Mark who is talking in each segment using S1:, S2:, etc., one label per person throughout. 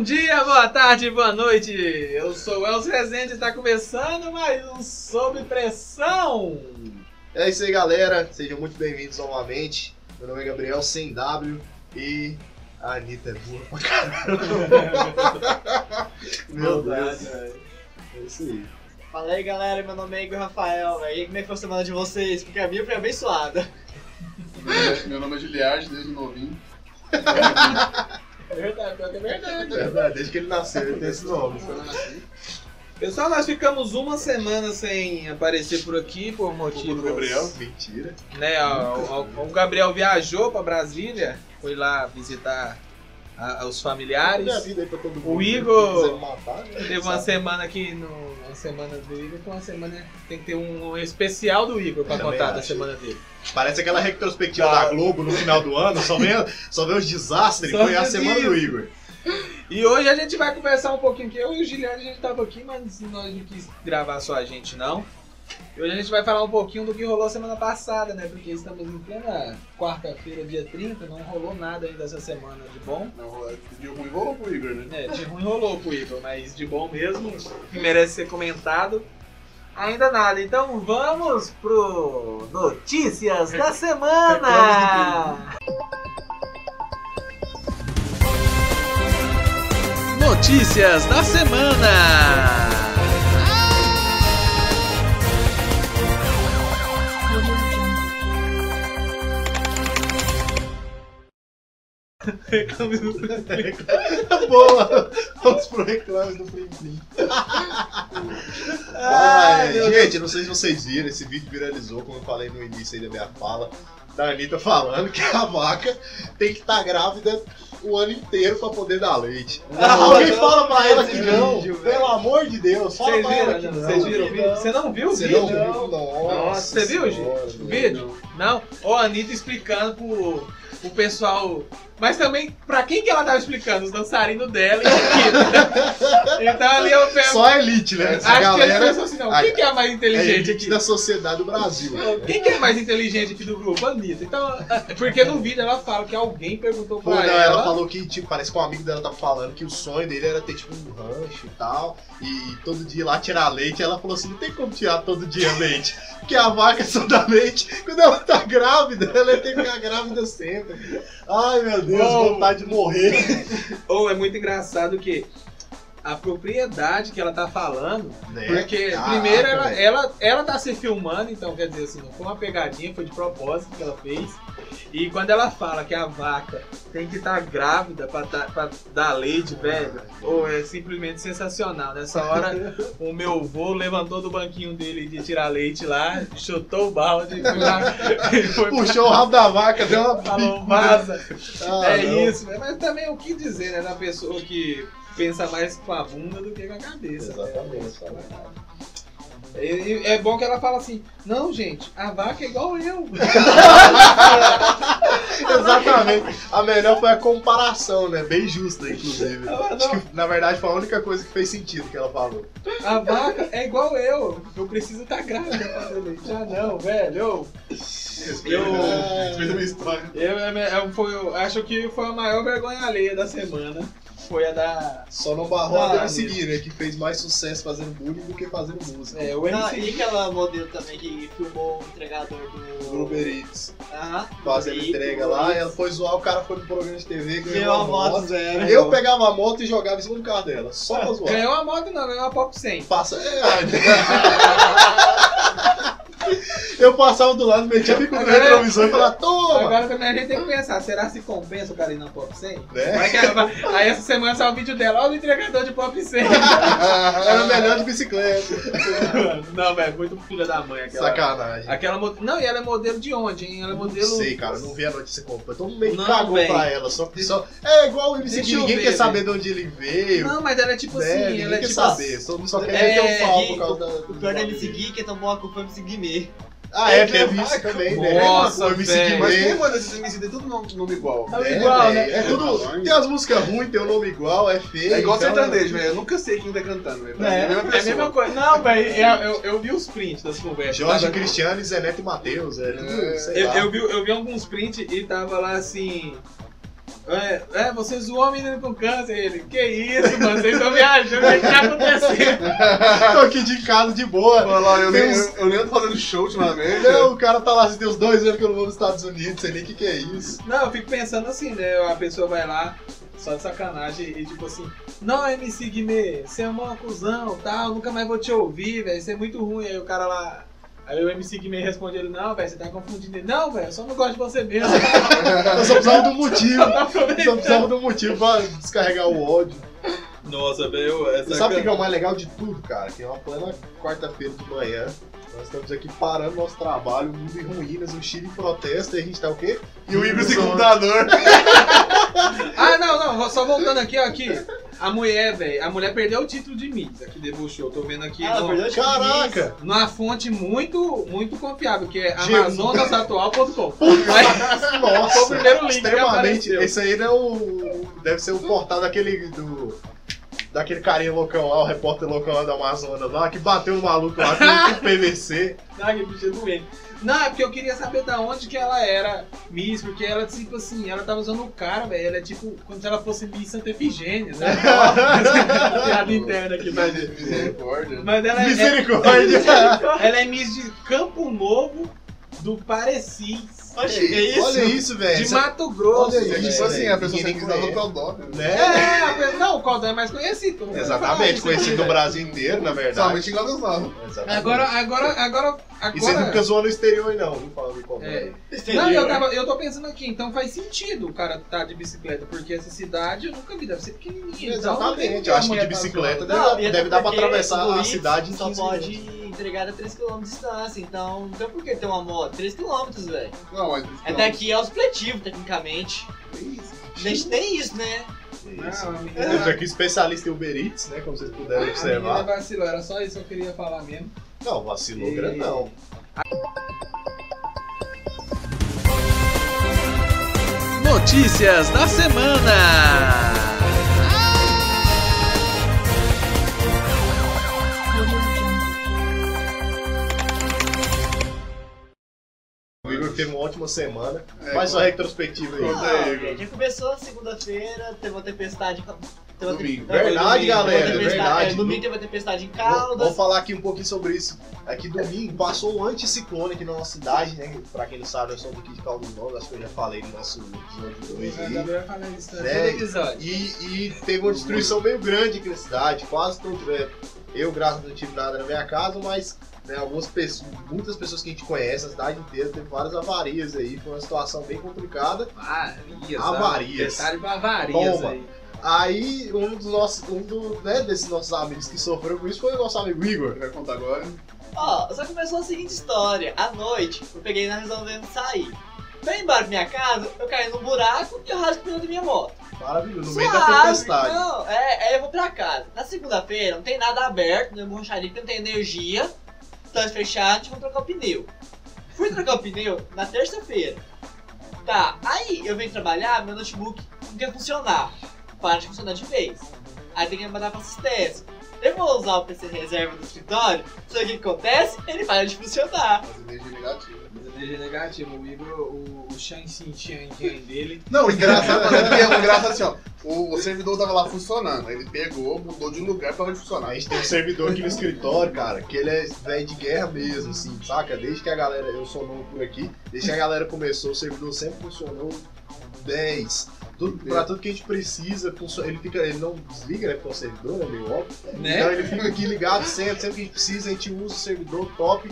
S1: boa tarde, boa noite. Eu sou o Elcio Rezende e está começando mais um Sob Pressão.
S2: É isso aí, galera. Sejam muito bem-vindos novamente. Meu nome é Gabriel, sem W, e a Anitta é burra pra caramba. Meu Deus. É isso aí.
S3: Fala aí galera, meu nome é Igor Rafael, véi. E como é que foi a semana de vocês? Porque a minha foi abençoada.
S4: Meu nome é- Meu nome é Giliard, desde novinho.
S1: Verdade, é verdade.
S2: É verdade, desde que ele nasceu, ele tem esse nome.
S4: Quando eu nasci,
S1: Pessoal, nós ficamos uma semana sem aparecer por aqui por motivos.
S4: do Gabriel.
S2: Mentira.
S1: Né, o, o- o Gabriel viajou para Brasília, foi lá visitar a- os
S2: Minha
S1: familiares.
S2: vida aí pra todo mundo.
S1: O Igor-
S2: Se quiser me matar, né?
S1: Teve uma semana aqui no uma semana do Igor, que uma semana tem que ter um especial do Igor para
S2: Também
S1: contar da
S2: acho.
S1: semana dele.
S2: Parece aquela retrospectiva
S4: Tá.
S2: da Globo no final do ano, só vem, só vem os desastres.
S1: Só
S2: Foi a
S1: diz
S2: semana do Igor.
S1: E hoje a gente vai conversar um pouquinho aqui. Eu e o Giliano, a gente tava aqui, mas nós não quis gravar só a gente, não. E hoje a gente vai falar um pouquinho do que rolou semana passada, né? Porque estamos em plena quarta-feira, dia 30, não rolou nada ainda essa semana de bom.
S4: não, é, de ruim rolou pro Igor, né?
S1: É, de ruim rolou pro Igor, mas de bom mesmo, que merece ser comentado, ainda nada. Então vamos pro Notícias da Semana! Notícias da Semana!
S2: Boa! Vamos pro reclame do Plim Plim.
S1: Ai,
S2: Ai,
S1: meu
S2: gente, não sei se vocês viram, esse vídeo viralizou, como eu falei no início aí da minha fala, da Anitta falando que a vaca tem que estar grávida o ano inteiro pra poder dar leite. Alguém
S3: não,
S2: fala pra ela
S3: esse
S2: que não,
S1: vídeo, velho.
S2: pelo amor de Deus, fala
S1: Vocês
S2: pra ela que
S1: viram?
S2: não.
S1: Vocês viram o vídeo?
S3: Não.
S1: Você não viu o
S2: Você
S1: vídeo?
S2: não viu? Nossa,
S1: Você viu,
S2: senhora,
S1: gente? O vídeo? Não? Ó, a Anitta explicando pro, pro pessoal. Mas também, pra quem que ela tava explicando? Os dançarinos dela e a Anitta. Então ali eu pergunto.
S2: Só a elite, né? Essa
S1: Acho que eles
S2: galera
S1: pensam assim, não. Quem que é a mais
S2: é a
S1: inteligente
S2: elite
S1: aqui?
S2: da sociedade do Brasil.
S1: Não, Quem que é a mais inteligente aqui do grupo? A Anitta. Então, a- porque no vídeo ela fala que alguém perguntou
S2: Pô,
S1: pra
S2: não,
S1: ela.
S2: ela, falou que, tipo, parece que um amigo dela tava falando que o sonho dele era ter, tipo, um rancho e tal. E todo dia ir lá tirar leite. Ela falou assim, não tem como tirar todo dia leite. Porque a vaca só dá leite quando ela tá grávida. Ela tem que ficar grávida sempre. Ai, meu Deus,
S1: Uou.
S2: vontade de morrer.
S1: Ou é muito engraçado que a propriedade que ela tá falando
S2: Né?
S1: Porque,
S2: Caraca,
S1: primeiro, ela,
S2: velho.
S1: ela, ela tá se filmando, então quer dizer assim, não foi uma pegadinha, foi de propósito que ela fez. E quando ela fala que a vaca tem que estar grávida pra, tá- pra dar
S2: Ah,
S1: leite, velho, ou é simplesmente sensacional. Nessa hora, o meu avô levantou do banquinho dele de tirar leite lá, chutou o balde e foi lá. e foi pra-
S2: Puxou o rabo da vaca, deu uma...
S1: Falou, vaza.
S2: Ah,
S1: é
S2: não.
S1: isso, né? mas também o que dizer, né? Da pessoa que pensa mais com a bunda do que com a cabeça. né?
S2: Exatamente, cara.
S1: E- e É bom que ela fala assim, não, gente, a vaca é igual eu.
S2: Exatamente. A melhor foi a comparação, né? Bem justa, inclusive.
S1: Ah,
S2: Acho que, na verdade, foi a única coisa que fez sentido que ela falou.
S1: A vaca é igual eu. Eu preciso estar grávida pra fazer leite. Ah, não, velho. Eu,
S4: Respeita
S1: Eu-
S4: minha- respeita minha história.
S1: eu, eu- eu- é, foi- eu acho que foi a maior vergonha alheia da semana. Foi a da.
S2: Só não barrou
S1: Ah,
S2: a MC Gui, né? Que fez mais sucesso fazendo bullying do que fazendo música.
S1: É, o
S3: Não, e
S1: MC.
S3: aquela modelo também que filmou o entregador
S2: O
S3: do. Ah,
S2: Uber Eats
S3: Aham.
S2: fazendo
S3: Uber
S2: entrega
S3: Eats.
S2: lá, e ela foi zoar, o cara foi no programa de TV,
S3: Deu
S2: ganhou
S3: a
S2: uma
S3: moto
S2: moto.
S3: zero.
S2: Eu pegava a moto e jogava em cima do carro dela, só pra zoar.
S1: Ganhou a moto, não, ganhou a Pop 100.
S2: Passa... é, eu passava do lado, metia a bico no
S1: Agora eu-
S2: retrovisor e falava, toma!
S1: Agora também a gente tem que pensar, será se compensa o cara ir na Pop 100?
S2: Né?
S1: Vai que ela- aí essa semana saiu o vídeo dela, olha o entregador de Pop 100.
S2: Era melhor de bicicleta.
S1: não, velho, muito filha da mãe aquela.
S2: Sacanagem.
S1: Aquela mo- Não, e ela é modelo de onde, hein? Ela é modelo.
S2: Não sei, cara, não vi a notícia completa. Todo mundo meio que
S3: Não,
S2: cagou
S3: véi.
S2: pra ela. Só, só... É igual o MC
S1: Deixa
S2: Gui,
S1: eu
S2: ninguém
S1: ver,
S2: quer
S1: véi.
S2: saber de onde ele veio.
S1: Não, mas ela é tipo
S2: né?
S1: assim,
S2: Ninguém
S1: ela é
S2: quer
S1: tipo.
S2: saber, só, só quer meter
S3: É,
S2: um pau
S3: e
S2: por causa da.
S3: O pior
S1: é
S3: da MC Gui, quem tomou a é culpa foi o MC Guimê.
S2: Ah, é, teve isso também, né?
S1: Nossa,
S2: o MC
S1: velho.
S4: Mas é quem
S2: Guimê.
S4: manda esses MC tem tudo nome, nome igual.
S1: Tá
S2: É,
S1: igual,
S2: velho,
S1: né?
S2: é tudo. Tem as músicas ruins, tem o nome igual, é feio.
S4: É igual
S2: então-
S4: sertanejo, velho. Eu nunca sei quem tá cantando, velho.
S1: É,
S4: É a mesma
S1: é a mesma
S4: pessoa.
S1: coisa. Não, velho, eu, eu, eu vi os prints das conversas.
S2: Jorge
S1: Tava-
S2: Cristiano, e Zé Neto e Matheus, é tudo,
S4: É.
S2: sei
S1: eu,
S2: lá.
S1: eu vi, eu vi alguns prints e tava lá assim. É, é, você zoou a menina com câncer. Ele, que isso, mano, vocês estão viajando, o que que tá acontecendo?
S2: Tô aqui de casa de boa.
S4: Olha lá, eu nem,
S2: Tem uns-
S4: eu, eu nem tô fazendo show ultimamente.
S2: Não, o cara tá lá, assim, tem uns dois anos que eu não vou nos Estados Unidos, sei nem o que, que é isso.
S1: Não, eu fico pensando assim, né? A pessoa vai lá, só de sacanagem, e tipo assim, não, MC Guimê, você é um mau cuzão, tal, nunca mais vou te ouvir, velho, você é muito ruim. Aí o cara lá. Aí o MC Guimê responde ele, não, velho, você tá confundindo ele. Não, velho, eu só não gosto de você mesmo.
S2: Eu só precisava de um motivo.
S1: Tá
S2: Só
S1: aproveitando.
S2: precisava de um motivo pra descarregar o ódio.
S4: Tá
S1: Nossa, velho, essa
S2: Sabe o que é o mais legal de tudo, cara? Que é uma plena quarta-feira de manhã. Nós estamos aqui parando nosso trabalho, o mundo em ruínas, o Chile em protesto, e a gente tá o quê?
S4: E o Igor sem
S2: Zona.
S4: computador.
S1: Ah, não, não, vou- só voltando aqui, ó, aqui. A mulher, velho, a mulher perdeu o título de Miss, aqui debochou. Tô vendo aqui
S3: Ah,
S1: no-
S3: perdeu de
S2: Caraca!
S1: numa fonte muito, muito confiável, que é
S2: G1.
S1: amazonasatual.com. Mas
S2: Nossa,
S1: Foi o primeiro link que
S2: extremamente.
S1: apareceu.
S2: Esse aí não é o. Deve ser o portal daquele. Do, daquele carinha loucão lá, o repórter loucão lá da Amazonas lá, que bateu o maluco lá com o PVC.
S1: Ai, que bicho doente. Não, é porque eu queria saber da onde que ela era Miss, porque ela, tipo assim, ela tava usando o cara, velho. Ela é tipo, como se ela fosse Miss Santa Efigênia, né? Piada interna aqui, mas...
S4: Misericórdia.
S1: Mas ela é,
S2: Misericórdia!
S1: ela é Miss de Campo Novo do Parecis,
S3: Oxe, que isso?
S2: Olha isso, velho.
S1: de
S2: É, Isso-
S1: Mato Grosso.
S2: Olha
S4: É
S2: aí,
S1: velho.
S4: tipo assim, a pessoa
S2: Ninguém
S4: sem computador
S2: conhece.
S4: pelo dólar.
S2: Né?
S1: É, a pessoa- não, o Caldão é mais conhecido. né?
S2: Exatamente, conhecido no Brasil inteiro, na verdade.
S4: Somente em Gladiolau.
S2: Exatamente.
S1: Agora, agora, agora,
S2: E vocês
S1: agora.
S2: nunca zoam no exterior aí, não, não fala me conta.
S1: É.
S3: Entendeu?
S1: Não,
S2: né?
S1: eu, tava, eu tô pensando aqui, então faz sentido o cara tá de bicicleta, porque essa cidade eu nunca vi, deve ser pequenininha. então não tem
S2: Exatamente,
S1: que
S2: eu
S1: a
S2: acho que de
S1: mulher tá
S2: bicicleta
S1: zoando.
S2: deve,
S3: Não, e até
S2: deve dar pra
S3: porque
S2: atravessar a
S3: Luiz,
S2: cidade em
S3: que
S2: tantos
S3: pode
S2: minutos.
S3: entregar a 3km de distância, então não tem por que ter uma moto. 3km, velho.
S4: Não, mas. é
S3: É daqui é o supletivo, tecnicamente. A gente tem isso, né?
S2: Isso.
S1: Não, é Ah, a menina,
S2: Temos aqui especialista em Uber Eats, né? Como vocês
S1: a
S2: puderam
S1: menina
S2: observar.
S1: vacilou, era só isso que eu queria falar mesmo.
S2: Não, vacilou
S1: E-
S2: grandão.
S5: Notícias da semana.
S2: O Igor teve uma ótima semana.
S4: É,
S2: Faz
S4: pô.
S2: sua retrospectiva aí.
S4: Conta
S3: Ah,
S4: aí,
S3: velho, já começou segunda-feira, teve uma tempestade. em Ca- Teve uma
S4: Domingo.
S3: tem- não, foi
S2: Verdade,
S3: domingo, teve uma
S2: galera,
S3: tempestade-
S2: verdade.
S3: é, Domingo teve uma tempestade em
S2: Vou, vou
S3: Caldas.
S2: falar aqui um pouquinho sobre isso. É que domingo passou um anticiclone aqui na nossa cidade, né? Pra quem não sabe, eu sou daqui de Caldo Novo, acho que eu já falei no nosso episódio 2
S1: A
S3: É
S2: aí.
S1: Gabriela fala isso né? todo
S2: é. Sério?
S1: episódio.
S2: E, e teve uma destruição meio grande aqui na cidade, quase todo. é, Eu, graças a Deus, não tive nada na minha casa, mas né, algumas pessoas, muitas pessoas que a gente conhece, a cidade inteira, teve várias avarias aí, foi uma situação bem complicada.
S1: Avarias.
S2: Avarias.
S1: ó. Detalhe pra avarias
S2: Toma.
S1: aí.
S2: Aí um dos nossos, um do, né, desses nossos amigos que sofreu com isso foi o nosso amigo Igor.
S4: Ele vai contar agora.
S3: Ó, só começou a seguinte história. À noite, eu peguei na resolvendo sair. Bem embaixo da minha casa, eu caí num buraco e eu rasgo o pneu da minha moto.
S2: Maravilhoso, no meio
S3: Suave,
S2: da tempestade.
S3: Não, é, é, eu vou pra casa. Na segunda-feira não tem nada aberto, não é borracharia, porque não tem energia. Tá fechado, tive que trocar o pneu. Fui trocar o pneu na terça-feira. Tá, aí eu venho trabalhar, meu notebook não quer funcionar. Para de funcionar de vez. Aí tem que mandar pra assistência. Eu vou usar o PC reserva do escritório, sabe o que que acontece? Ele para de funcionar.
S4: As energias negativas.
S1: Mas energia negativa, o Igor, o, o Shan Xin Xian Yen dele.
S4: Não, o engraçado, mas é porque o engraçado é assim, ó. O, o servidor tava lá funcionando. Aí Ele pegou, mudou de lugar pra onde funcionar.
S2: A gente tem um servidor aqui no escritório, cara, que ele é velho de guerra mesmo, assim, saca? Desde que a galera, eu sou novo por aqui, desde que a galera começou, o servidor sempre funcionou 10. Tudo, pra tudo que a gente precisa, funciona- ele, fica, ele não desliga, né? Porque é um servidor, é meio óbvio. Então
S1: Né?
S2: ele fica aqui ligado sempre, sempre que a gente precisa, a gente usa o servidor top.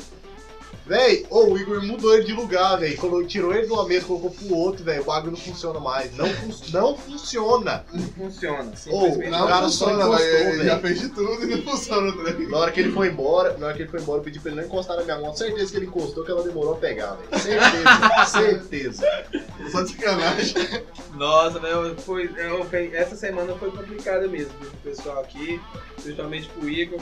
S2: Véi, ô, o Igor mudou ele de lugar, véi. Colo- Tirou ele de uma mesa, colocou pro outro, véi. O bagulho não funciona mais. Não, fun- não funciona.
S1: Não funciona.
S2: O
S1: Simplesmente.
S4: Não
S2: cara só
S4: funciona, mas
S2: encostou,
S4: ele
S2: velho.
S4: já fez de tudo e não funciona o trem.
S2: Na hora que ele foi embora, na hora que ele foi embora, eu pedi pra ele não encostar na minha mão. Certeza que ele encostou, que ela demorou a pegar, velho. Certeza, certeza.
S4: Só de sacanagem.
S1: Nossa, velho, foi, eu- foi- essa semana foi complicada mesmo pro pessoal aqui, principalmente pro Igor.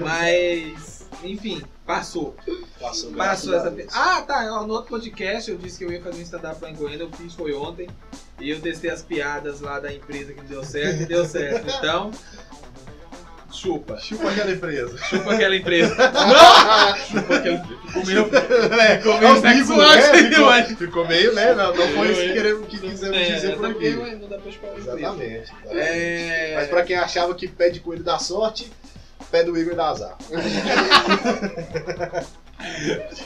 S1: Mas, enfim, passou.
S2: Passou,
S1: Passou essa.
S2: vez.
S1: Ah, tá. ó, No outro podcast eu disse que eu ia fazer um stand-up lá em Goiânia, eu fiz foi ontem. E eu testei as piadas lá da empresa que não deu certo e deu certo. Então, Chupa.
S2: Chupa aquela empresa.
S1: Chupa aquela empresa. Não! Chupa aquela empresa. Ficou meio-
S2: É,
S1: ficou meio
S2: ao vivo,
S1: sexual
S2: né?
S1: isso aí,
S2: Ficou-
S1: mas-
S2: Ficou meio, né? Não, não foi isso que
S1: É,
S2: queremos que quisemos
S1: É,
S2: dizer por
S1: não
S2: aqui.
S1: deu, Não dá pra chupar a empresa.
S2: Exatamente.
S1: É...
S2: Mas pra quem achava que pé de coelho dá sorte, pé do Igor dá azar.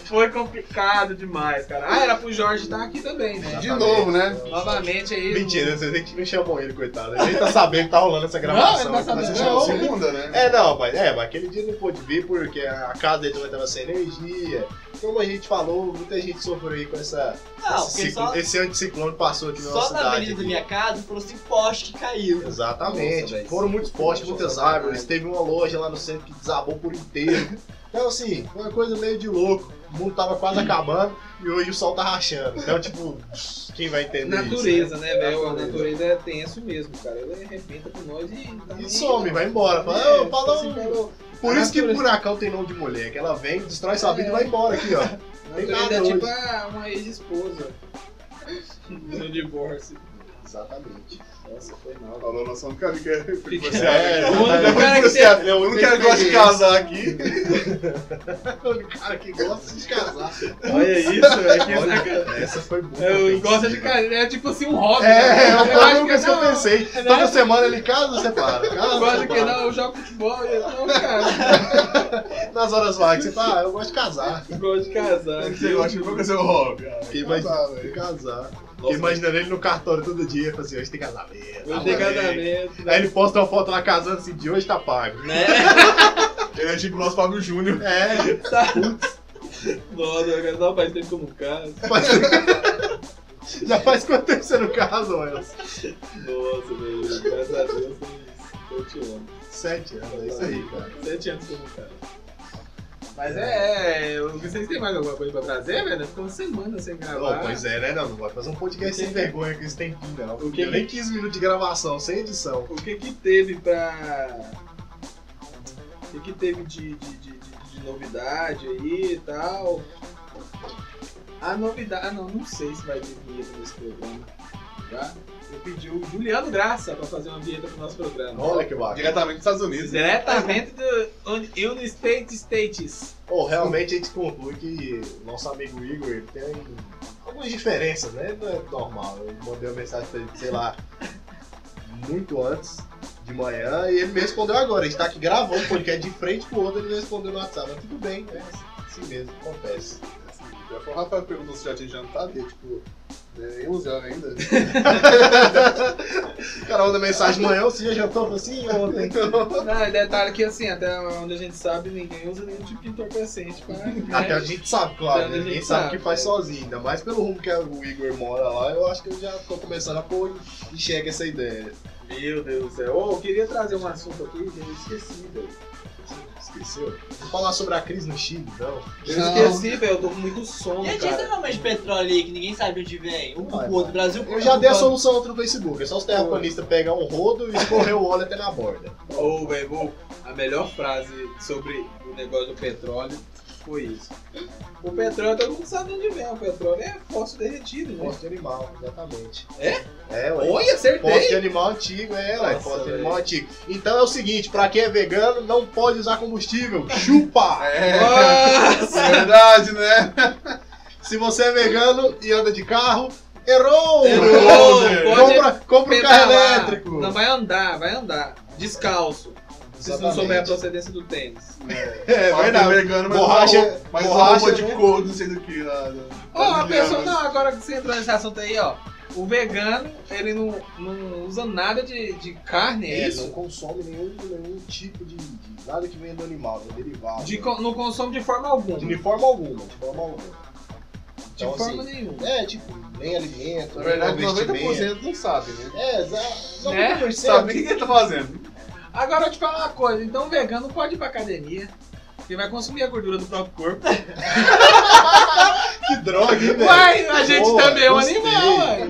S1: Foi complicado demais, cara. Ah, era pro Jorge estar aqui também, né?
S4: De novo, né?
S1: Novamente aí.
S2: Mentira, vocês nem que me chamam ele, coitado. Ele nem tá sabendo que tá rolando essa
S1: Não,
S2: gravação.
S1: ele tá
S2: aqui, mas
S1: sabendo,
S2: você chamou ele.
S4: segunda, né?
S2: É, não, mas, é, mas aquele dia não pôde vir porque a casa dele também tava sem energia. Como a gente falou, muita gente sofreu aí com essa,
S3: Não,
S2: esse,
S3: porque
S2: ciclo-
S3: só,
S2: esse anticiclone passou aqui na nossa
S3: só na
S2: cidade.
S3: avenida da
S2: aqui.
S3: minha casa foram cinco postes que caiu.
S2: Exatamente.
S1: Nossa, velho,
S2: Foram muitos postes,
S1: Nossa,
S2: muitas
S1: sacanagem.
S2: árvores. Teve uma loja lá no centro que desabou por inteiro. Então, assim, foi uma coisa meio de louco. O mundo tava quase acabando e hoje o sol tá rachando. Então, tipo, quem vai entender isso?
S1: Natureza, né, velho? A
S2: Natureza.
S1: natureza é tenso mesmo, cara. Ele arrebenta com nós e. tá nem-
S2: E some, vai embora. Fala,
S1: É,
S2: "Ah, fala
S1: assim,
S2: um-
S1: falou.
S2: Por isso que
S1: Natureza.
S2: Buracão tem nome de mulher, que ela vem, destrói sua vida e vai embora aqui, ó. Tem
S1: Natureza é
S2: nada
S1: tipo ah, uma ex-esposa. No divórcio.
S2: Exatamente.
S1: Nossa, foi mal.
S4: Falou, nós somos cara que é- que
S1: Fica-
S4: você
S2: É,
S4: acha.
S1: o único cara que
S4: Você
S1: tem-
S4: acha- é o único cara que gosta de casar aqui.
S2: O cara que gosta de casar.
S1: Olha isso, velho. Que sacanagem.
S2: Olha, essa foi boa.
S1: Eu gosto de cara. É tipo assim um hobby.
S2: É,
S1: né?
S2: eu
S1: acho
S2: foi o que eu
S1: não,
S2: pensei.
S1: né?
S2: Toda semana ele casa, separa. Casa,
S1: Eu gosto de que
S2: separa.
S1: não, eu jogo futebol. e eu- Não, cara.
S2: Nas horas vagas, você fala, ah, eu gosto de casar.
S1: Eu gosto de casar.
S4: Você gosta- Qual que é o seu hobby? Ah,
S2: Quem vai
S4: casar, velho.
S2: casar? Fiquei imaginando ele no cartório todo dia, falando assim, hoje tem casamento.
S1: Hoje tem
S2: casamento.
S1: casamento.
S2: Aí ele posta uma foto lá casando assim, de hoje tá pago.
S1: Né?
S4: Ele é tipo o nosso Fábio Júnior.
S2: É,
S1: Nossa, eu quero dar um faz tempo que eu não caso.
S2: faz... já faz quanto tempo você não casa, Welles?
S1: Nossa, velho. Graças a Deus, eu te amo.
S2: Sete anos, é isso aí, cara.
S1: Sete anos um que eu não caso. Mas é, é, vocês têm mais alguma coisa pra trazer, velho? Ficou uma semana sem gravar.
S2: Ô, pois é, né? Não, não vai fazer um podcast sem vergonha com esse tempinho, não.
S1: O quê?
S2: Deu Nem 15 minutos de gravação, sem edição.
S1: O que que teve pra... O que que teve de, de, de, de- de novidade aí e tal? A novidade... Ah, não, não sei se vai ter vinheta nesse programa. Tá? Eu pedi o Juliano Graça pra fazer uma vinheta pro nosso programa.
S2: Olha que bacana.
S4: Diretamente dos Estados Unidos. né?
S1: Diretamente do Un- United States.
S2: Bom, realmente a gente conclui que nosso amigo Igor ele tem algumas diferenças, né? Não é normal. Eu mandei uma mensagem pra ele, sei lá, muito antes de manhã e ele me respondeu agora. A gente tá aqui gravando o podcast de frente pro outro, ele me respondeu no WhatsApp. Mas tudo bem, é assim mesmo, acontece.
S4: Assim, O Rafael perguntou se já tinha jantado e eu, tipo, né, nem 11 horas ainda.
S2: O cara manda mensagem de manhã, você já jantou Eu falei assim ontem.
S1: Não, e detalhe que assim, até onde a gente sabe, ninguém usa nenhum tipo de entorpecente pra.
S2: Até a
S1: né?
S2: gente sabe, claro,
S1: Até a
S2: né?
S1: gente
S2: Ninguém sabe o
S1: sabe,
S2: que faz
S1: é.
S2: sozinho, ainda mais pelo rumo que o Igor mora lá, eu acho que eu já tô começando a pôr e enxerga essa ideia. né?
S1: Meu Deus do céu. Ô, eu queria trazer um assunto aqui que eu esqueci, velho.
S2: Esqueceu? Vamos falar sobre a crise no Chile, então.
S1: Eu
S4: Não.
S1: esqueci, velho. Eu tô com muito sono,
S3: E a gente
S1: cara.
S3: realmente de petróleo aí, que ninguém sabe de onde vem. Um
S2: Vai,
S3: pro outro, Brasil pro
S2: Eu já dei a
S3: outro.
S2: solução outra no Facebook. É só os terraplanistas pegar um rodo e escorrer o óleo até na borda.
S1: Ô, velho, vou- a melhor frase sobre o negócio do petróleo foi isso. O petróleo, todo mundo sabe de onde vem. O petróleo é fóssil derretido, né?
S2: Posto de animal, exatamente.
S1: É?
S2: É,
S1: Olha,
S2: ué. Posto
S1: acertei!
S2: de animal antigo, é,
S1: Nossa,
S2: ué. Posto de
S1: velho.
S2: animal antigo. Então é o seguinte, pra quem é vegano, não pode usar combustível. Chupa!
S1: Nossa!
S4: Ah, É verdade, né?
S2: Se você é vegano e anda de carro, errou!
S1: Errou! Pode
S2: Compra, compra um carro
S1: pedalar.
S2: elétrico!
S1: Não, vai andar, vai andar. Descalço. Se você não
S2: Exatamente.
S1: souber a procedência do tênis.
S2: É
S4: Fala que
S2: verdade.
S4: vegano, mas
S2: Borracha-
S4: borracha, mas
S2: borracha,
S4: borracha é de
S2: né?
S4: cor, não sei do que. lá, né?
S1: Ó, a pessoa,
S4: Brasileiro,
S1: não, agora que você entrou nesse assunto aí, ó. O vegano, ele não, não usa nada de, de carne, é
S2: É, não
S1: isso?
S2: consome nenhum, nenhum tipo de, de- Nada que venha do animal, do derivado.
S1: De,
S2: né?
S1: con- não consome de forma alguma.
S2: De
S1: De
S2: forma alguma, de forma alguma. Então,
S1: forma
S2: assim,
S1: nenhuma.
S2: é, tipo, nem alimento,
S4: Na verdade,
S2: nem investimento.
S4: 90% não sabe, né?
S2: É, exato.
S1: Né?
S4: Sabe nem o que ele tá fazendo.
S1: Agora eu te falar uma coisa, então o vegano não pode ir pra academia. Porque vai consumir a gordura do próprio corpo.
S2: É Que droga, hein, velho?
S1: Vai, a gente
S2: Boa,
S1: também é um
S2: gostei.
S1: animal, ué.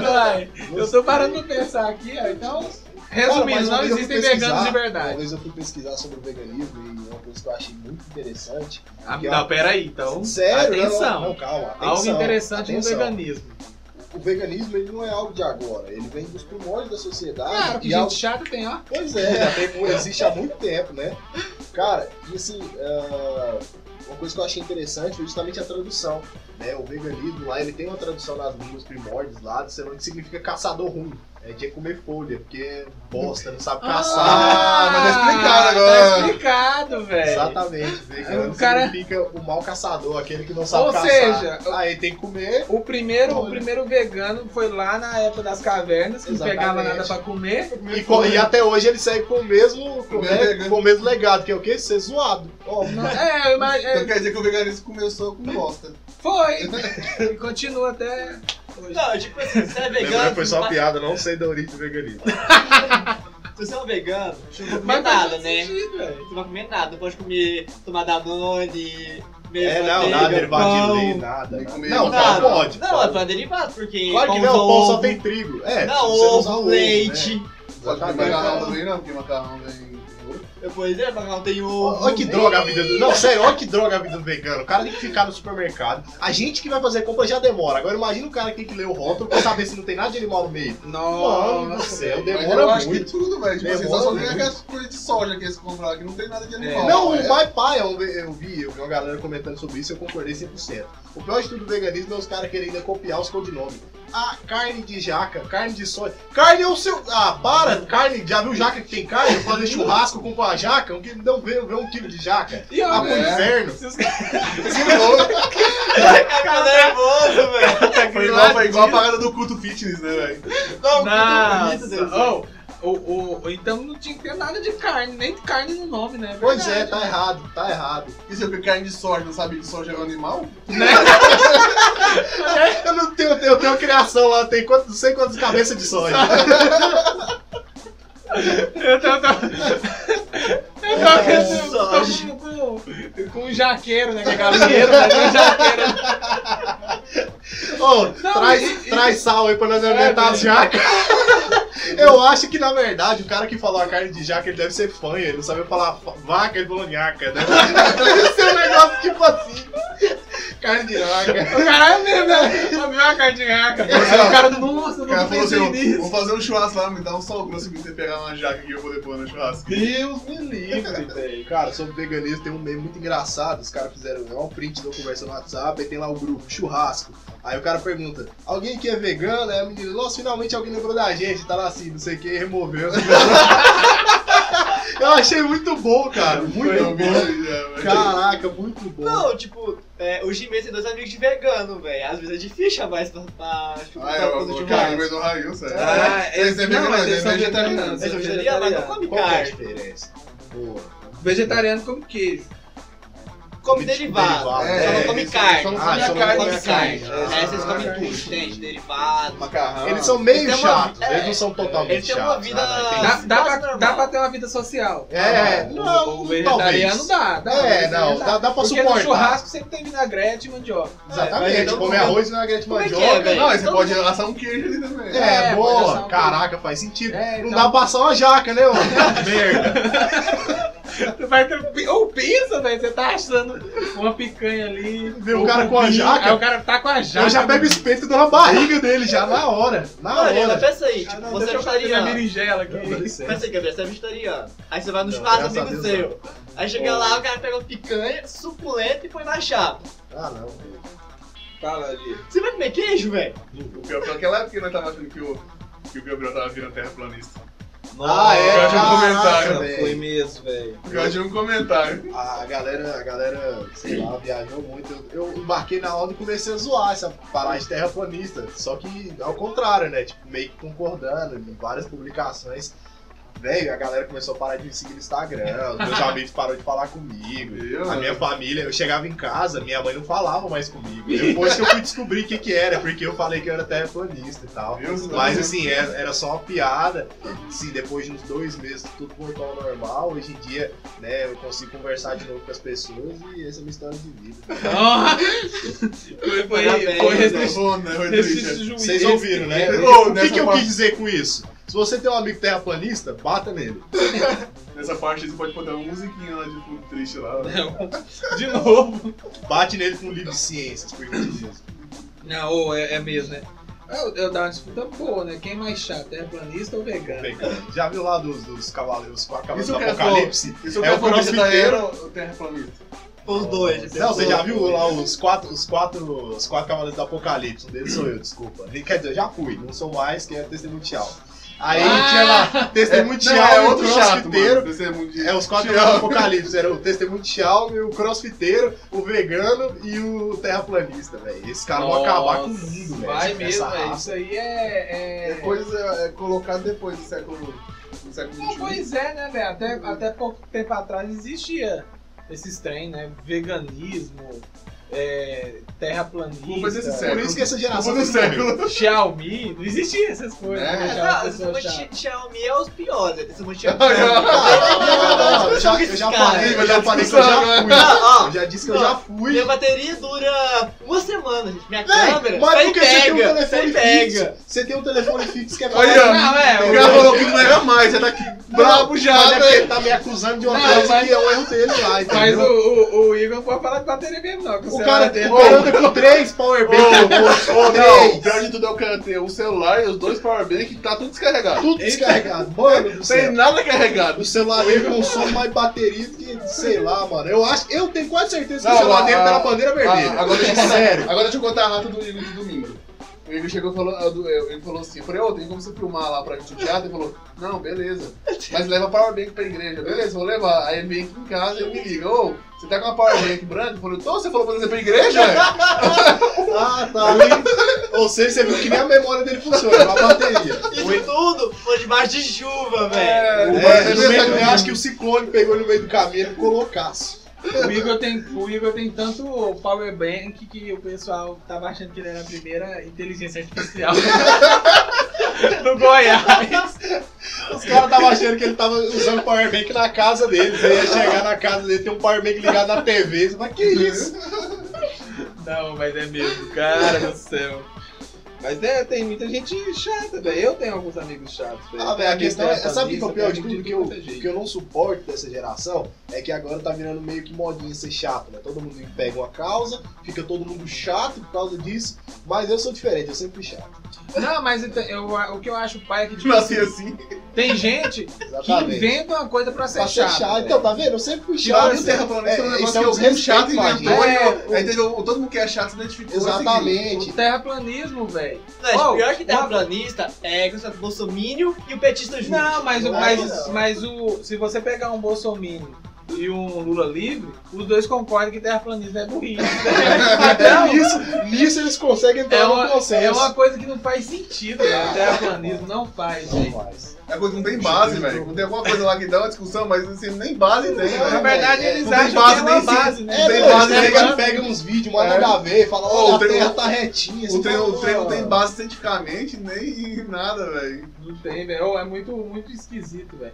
S1: Vai. Eu
S2: Gostei.
S1: tô parando pra pensar aqui, ó. Então, resumindo,
S2: mas uma
S1: não
S2: vez eu fui
S1: existem
S2: pesquisar,
S1: veganos de
S2: Uma
S1: verdade.
S2: vez eu fui pesquisar sobre o veganismo e uma coisa que eu achei muito interessante.
S1: Ah,
S2: que, ó,
S1: não, peraí, então.
S2: Sério? né,
S1: Atenção.
S2: Não, não, calma.
S1: Algo
S2: atenção,
S1: interessante
S2: atenção.
S1: no veganismo.
S2: o veganismo ele não é algo de agora, ele vem dos primórdios da sociedade.
S6: Claro, que
S2: e é
S6: gente
S2: algo-
S6: chata tem, ó.
S2: Pois é, já tem mu- existe há muito tempo, né? Cara, e assim, ah, uma coisa que eu achei interessante foi justamente a tradução. Né? O veganismo lá, ele tem uma tradução nas línguas primórdias lá, sei lá, que significa caçador ruim. É de comer folha, porque é bosta, não sabe caçar.
S6: Ah, mas tá explicado
S1: Tá
S6: agora.
S1: explicado, velho.
S2: é. Exatamente, vegano
S1: O É um cara-
S2: significa o mau caçador, aquele que não sabe
S1: Ou
S2: caçar.
S1: seja, eu-
S2: aí tem que comer.
S1: O primeiro, o
S2: Olha.
S1: primeiro vegano foi lá na época das cavernas, que não pegava
S2: Exatamente.
S1: nada pra comer.
S2: E, co- e até hoje ele segue com o mesmo, com, o
S6: mesmo
S2: le-
S6: vegano.
S2: com o mesmo legado, que é o quê? Ser zoado. Ó,
S1: Não- É, eu imagino.
S6: Então quer dizer que o veganismo começou com bosta.
S1: Foi! E continua até hoje.
S3: Não, tipo assim, você é vegano.
S2: Lembrando, foi só uma piada, não sei da origem do veganismo.
S1: Mas
S3: Se você é um vegano, você não vai comer nada,
S1: faz
S3: né?
S1: sentido, velho.
S3: Você não vai comer nada, não pode comer, tomar Danone, comer
S2: É, não,
S3: manteiga,
S2: nada derivado
S3: pão,
S2: de lei, nada.
S6: Nem comer
S2: Não, tá
S3: nada.
S2: não pode.
S3: Não, é
S2: pode.
S3: pra derivado, porque.
S2: Claro que
S3: pão
S2: não, o pão um só
S3: ovo,
S2: tem trigo. É,
S3: Não,
S2: se você usar
S3: ovo,
S2: ovo, né? Tá
S3: leite.
S6: Pode comer
S2: Exatamente.
S6: macarrão também não, porque macarrão vem.
S3: Pois é, macarrão tem ovo.
S2: Olha que droga a vida do. Não, sério, olha que droga a vida do vegano. O cara tem que ficar no supermercado. A gente que vai fazer compra já demora. Agora imagina o cara que tem que ler o rótulo pra saber se não tem nada de animal no meio. Mano do
S1: Nossa.
S2: céu,
S6: Mas eu
S2: demora
S6: acho que
S2: muito.
S6: tudo, velho. Tipo assim,
S2: Demora
S6: só só vem
S2: muito.
S6: aquelas coisas de soja que eles compraram, que não tem nada de animal.
S2: Não,
S6: é.
S2: o mais pai, eu, vi- eu vi, eu vi uma galera comentando sobre isso e eu concordei 100%. O pior de tudo do veganismo é os caras querendo ainda copiar os codinomes. Ah, carne de jaca, carne de soja. Carne é o seu. Ah, para, carne. Já viu jaca que tem carne? Eu Fazer churrasco com uma jaca? Um quilo, não vê, vê um quilo de jaca.
S1: E
S2: Ah,
S1: ó,
S2: pro
S1: velho,
S2: inferno.
S1: se os caras
S6: Que louco.
S3: Tá nervoso, velho.
S2: Foi
S6: igual- foi igual a
S2: parada do culto fitness, né, velho?
S3: Não, muito bonito, Deus.
S1: Nossa. Oh, o, o, então não tinha que ter nada de carne, nem carne no nome, né?
S2: Pois é,
S1: Verdade.
S2: tá errado, tá errado.
S6: Isso é porque carne de soja, não sabe que soja é um animal?
S2: Eu não tenho, eu tenho, eu tenho criação lá, tem quanto, não sei quantas cabeças de soja.
S1: Eu tô, eu tô,
S3: É
S1: eu tô, eu tô com, com um jaqueiro, né? Que é galinheiro, né? Tem um jaqueiro.
S2: Ô,
S1: Não,
S2: traz,
S1: e- É,
S2: traz sal aí pra nós alimentar as jacas. Eu acho que, na verdade, o cara que falou a carne de jaca, ele deve ser fanha. Ele não sabia falar fa- vaca, ele falou nhaca. Deve deve ser um negócio tipo assim. Carne de jaca.
S1: O cara é mesmo, né? Abriu uma cardinhaca. Aí o cara, nossa,
S6: O cara
S1: não
S6: falou assim:
S2: "Oh,
S1: pensei
S6: "Ó,
S1: nisso.
S6: vou fazer um churrasco lá, me dá um sal grosso pra você pegar uma jaca que eu vou depois no churrasco.
S2: Deus me livre, velho. Cara, sobre veganismo tem um meme muito engraçado. Os caras fizeram é um print de uma conversa no WhatsApp e tem lá o grupo, churrasco. Aí o cara pergunta, alguém que é vegano? Aí a menina, nossa, finalmente alguém lembrou da gente. Tá lá assim, não sei quem, removeu. Eu achei muito bom, cara. Muito
S6: Eu vi
S2: bom.
S6: ali Então, já, velho.
S2: Caraca, muito bom.
S3: Não, tipo, é, o Gmail tem dois amigos de vegano, velho. Às vezes é difícil mais pra. pra pra-
S6: Ah,
S3: pra-
S6: eu
S3: pra-
S6: vou
S3: pra-
S6: cair, mas não raiu, sério.
S1: Ah,
S6: Esse é
S1: esse-
S6: vegano,
S1: não, mas
S6: mas
S1: eles
S6: é
S1: são
S6: vegetariano.
S1: vegetarianos.
S3: É vegetariano, mas não come
S2: Qual que é a
S3: carne.
S2: diferença? Boa.
S1: Vegetariano como queijo.
S3: Come
S2: Tipo,
S3: derivado.
S2: derivado,
S3: Só
S6: é,
S3: não come
S6: isso,
S3: carne.
S6: só não
S2: come
S3: Só
S2: a
S3: não
S2: carne.
S3: come carne.
S2: Ah,
S3: É, vocês comem
S2: carne.
S3: tudo, entende? Derivado.
S6: Macarrão.
S2: Eles são meio
S3: Eles têm uma- é,
S2: chatos, eles não são totalmente
S3: eles têm uma
S2: chatos.
S3: vida-
S2: nada, tem-
S1: Dá, dá,
S3: Quase
S1: pra,
S3: normal.
S1: dá pra ter uma vida social.
S2: É,
S1: O-
S2: não,
S1: o vegetariano
S2: talvez.
S1: dá, dá.
S2: É,
S1: o
S2: não,
S1: vegetariano
S2: dá, dá pra
S1: Porque
S2: suportar.
S1: no churrasco sempre tem vinagrete e mandioca.
S2: Exatamente,
S3: É, mas
S2: comer
S3: não-
S2: arroz e vinagrete de
S3: Como é que é,
S2: mandioca.
S3: velho?
S6: Não, aí você
S3: Todo
S6: pode assar um queijo ali também.
S2: É,
S1: É, pode assar um
S2: boa. Caraca, faz sentido.
S1: É,
S2: Não
S1: então-
S2: dá pra passar uma jaca, né, mano? Merda.
S1: Vai ter- Ou pizza, velho. Você tá achando uma picanha ali.
S2: Vê o
S1: ou
S2: um cara com a
S1: cupim,
S2: jaca.
S1: Aí o cara tá com a jaca.
S2: Eu já pego espeto e dou na barriga dele, já na hora. Na
S3: Olha, mas
S2: hora.
S3: pensa aí,
S1: Ah,
S3: tipo,
S1: não,
S3: você é
S1: deixa eu fazer minha berinjela
S3: vegetariano.
S1: aqui.
S3: Pensa aí, Gabriel, você é vegetariano. Aí você vai no
S2: Não,
S3: churrasco
S2: graças a
S3: amigo
S2: Deus,
S3: seu. Aí chega lá, o cara pega uma picanha, suculenta e põe na chapa.
S2: Ah, não. velho.
S1: Fala ali.
S3: Você vai comer queijo, velho?
S6: O pior naquela época que nós tava achando que o, que o Gabriel tava virando terraplanista.
S2: Ah, é.
S6: eu achei um
S2: Caraca,
S6: comentário,
S2: velho.
S1: Foi mesmo, velho.
S6: Eu achei um comentário.
S2: A galera, a galera, sei lá, viajou muito. Eu, eu embarquei na onda e comecei a zoar essa parada de terraplanista. Só que ao contrário, né? Tipo, meio que concordando em várias publicações. Velho, a galera começou a parar de me seguir no Instagram, os meus amigos pararam de falar comigo.
S6: Eu,
S2: A minha família, eu chegava em casa, minha mãe não falava mais comigo. Depois que eu fui descobrir o que, que era, porque eu falei que eu era terraplanista e tal.
S6: Deus,
S2: Mas
S6: Deus.
S2: assim, era, era só uma piada. Assim, depois de uns dois meses tudo voltou ao normal. Hoje em dia, né, eu consigo conversar de novo com as pessoas e essa é a minha história de vida.
S1: foi, foi,
S3: Parabéns,
S1: foi
S3: né?
S1: restrição.
S6: Não, né? Foi triste.
S1: Restrição.
S2: Vocês ouviram, né?
S6: Ô,
S2: O que,
S6: nessa
S2: que eu
S6: parte-
S2: quis dizer com isso? Se você tem um amigo terraplanista, bata nele.
S6: Nessa parte você pode botar uma musiquinha lá de fundo triste lá.
S1: É,
S6: né?
S1: De novo.
S2: um Bate nele com o livro de ciências, por gentileza.
S1: Não, ô, é, é mesmo, né? Eu, eu dava uma disputa boa, né? Quem é mais chato, é planista ou vegano?
S2: Vegano. Já viu lá dos, dos cavaleiros com a cabeça
S1: Isso
S2: do
S1: que eu tô-
S2: apocalipse?
S1: Isso
S2: É o crossfiteiro.
S1: ou terraplanista?
S3: Os dois.
S2: Não, você já viu lá os quatro, os quatro, os quatro cavaleiros do apocalipse? Um deles sou eu, desculpa. Quer dizer, eu já fui, não sou mais, que é testemunhal. Aí
S1: Ah!
S2: tinha lá, testemunhal,
S1: é
S2: e
S1: outro chato,
S2: crossfiteiro,
S1: mano. Você é muito...
S2: É os quatro
S1: Tchau.
S2: do Apocalipse, era o testemunhal, o crossfiteiro, o vegano e o terraplanista, velho. Esse cara vai tá acabar com o mundo, velho.
S1: Vai mesmo,
S2: essa
S1: velho.
S2: raça.
S1: Isso aí é...
S4: É coisa é, colocada depois do século do século
S1: Não,
S4: XXI.
S1: pois é, né, velho? Até, até pouco tempo atrás existia esses trem, né? Veganismo, é, terraplanista.
S4: Culpa desse
S2: Por
S4: século.
S2: isso que essa geração é
S4: Todo
S2: tudo morreu.
S1: Xiaomi, não existia essas coisas.
S4: Né?
S1: né,
S3: É,
S1: Xiaomi,
S3: não, esse
S1: pessoa chata.
S3: Xiaomi- Xiaomi é os piores. Esse Xiaomi.
S2: Não, não, não, eu já, eu já
S3: Cara,
S2: falei, eu já falei que eu já
S1: discussão
S2: fui.
S3: Não, ó.
S2: Eu já disse que eu já fui.
S3: Minha bateria dura uma semana, gente. Minha
S2: Véi,
S3: câmera.
S2: mas
S3: sem
S2: porque você tem um
S3: pega,
S2: telefone
S3: sem pega.
S2: fixo. Você tem um telefone fixo que é
S1: Olha, não, é,
S2: eu
S1: o
S2: já
S1: cara
S2: falou
S1: falou
S2: que não era mais, você tá aqui
S1: brabo já, né?
S2: Ele tá me acusando de uma
S1: Não,
S2: coisa
S1: mas-
S2: que é um erro dele lá,
S1: Mas o,
S2: entendeu?
S1: o, o Igor não pode falar de bateria mesmo, não. que
S2: O
S1: você é
S2: cara,
S1: vai ter-
S2: o cara anda com três powerbanks.
S6: não, pior de tudo é o cara ter um celular e os dois powerbank que tá tudo descarregado.
S2: Tudo descarregado. Mano do
S6: Sem
S2: céu.
S6: nada carregado.
S2: O celular dele consome mais bateria do que, sei lá, mano. Eu acho, eu tenho quase certeza que
S6: Não,
S2: o celular
S6: a-
S2: dele tá na
S6: a-
S2: bandeira vermelha.
S6: Ah, agora deixa eu contar-
S2: Sério.
S6: Agora deixa eu contar a rata do Igor de domingo. O Igor chegou e falou, ah, do- eu- ele falou assim, eu falei, ô, tem como você filmar lá pra gente no teatro? Ele falou, não, beleza. Mas leva powerbank pra igreja. Beleza, vou levar. Aí ele vem aqui em casa e ele me liga, ô, você tá com uma powerbank branca? Eu falei, tô, você falou pra trazer pra
S2: É.
S6: igreja?
S2: Ah, tá. Aí, Ou seja, você viu que nem a memória dele funciona, a bateria.
S3: Isso tudo foi debaixo de chuva, velho.
S2: É,
S6: É,
S2: no meio do- eu acho que o ciclone pegou ele no meio do caminho e colocasse.
S1: O Igor, tem, o Igor tem tanto power bank que o pessoal tava achando que ele era a primeira inteligência artificial do Goiás.
S2: Os caras estavam achando que ele tava usando power bank na casa dele. Você ia chegar na casa dele, tem um power bank ligado na TV. Você fala, que isso?
S1: Não, mas é mesmo, cara do céu. Mas é, tem muita gente chata, velho. Eu tenho alguns amigos chatos, velho.
S2: Ah,
S1: Tem
S2: velho, a
S1: amigo
S2: questão é,
S1: terraplanista,
S2: sabe o que é o pior de
S1: tem
S2: tudo
S1: amigo
S2: que eu,
S1: qualquer jeito.
S2: que eu não suporto dessa geração? É que agora tá virando meio que modinha ser chato, né? Todo mundo pega uma causa, fica todo mundo chato por causa disso, mas eu sou diferente, eu sempre fui chato.
S1: Não, mas então, eu- o que eu acho pai é que tipo,
S6: Nasci assim.
S1: tem gente que
S2: Exatamente.
S1: inventa uma coisa pra ser
S2: tá Pra ser
S1: chato.
S2: chato,
S1: velho.
S2: então, tá vendo? Eu sempre fui
S6: Tiraram
S2: chato.
S6: o terraplanista é um
S2: É,
S6: negócio
S2: isso é
S6: que
S2: o
S6: algum
S2: respeito
S6: chato
S2: com a
S6: inventou.
S1: gente.
S6: e
S1: É,
S6: aí entendeu? todo mundo que é chato se identificou. e seguiu.
S1: O
S2: Exatamente.
S1: terraplanismo, velho.
S3: Não,
S1: Oh,
S3: pior que terraplanista é que o Bolsomínio e o petista junto.
S1: Não, mas, o-
S2: Não,
S1: mas,
S2: não.
S1: mas o, se você pegar um Bolsonaro e um Lula livre, os dois concordam que terraplanismo é burrice.
S2: Até
S1: Então,
S2: nisso, nisso eles conseguem entrar
S1: é
S2: no
S1: uma,
S2: um consenso.
S1: é uma coisa que não faz sentido, né? O terraplanismo não faz, gente.
S6: É coisa que não tem base, velho. Não tem alguma coisa lá que dá uma discussão, mas assim, nem base tem,
S1: Na
S6: velho.
S1: verdade,
S2: é,
S1: eles
S6: não tem
S1: acham
S6: base
S1: que é uma
S6: nem se-
S1: base, né?
S2: É,
S6: Tem
S2: não,
S6: base,
S2: os
S6: né,
S2: caras
S6: cara?
S2: pegam uns vídeos, mas
S6: É.
S2: nada a ver, e fala,
S6: Ô,
S2: ó,
S6: o
S2: a
S6: treino-
S2: terra tá retinha.
S6: O
S2: você
S6: treino,
S2: fala,
S6: o treino não tem
S2: "Ó".
S6: base cientificamente, nem nada, velho.
S1: Não tem, velho. É muito, muito esquisito, velho.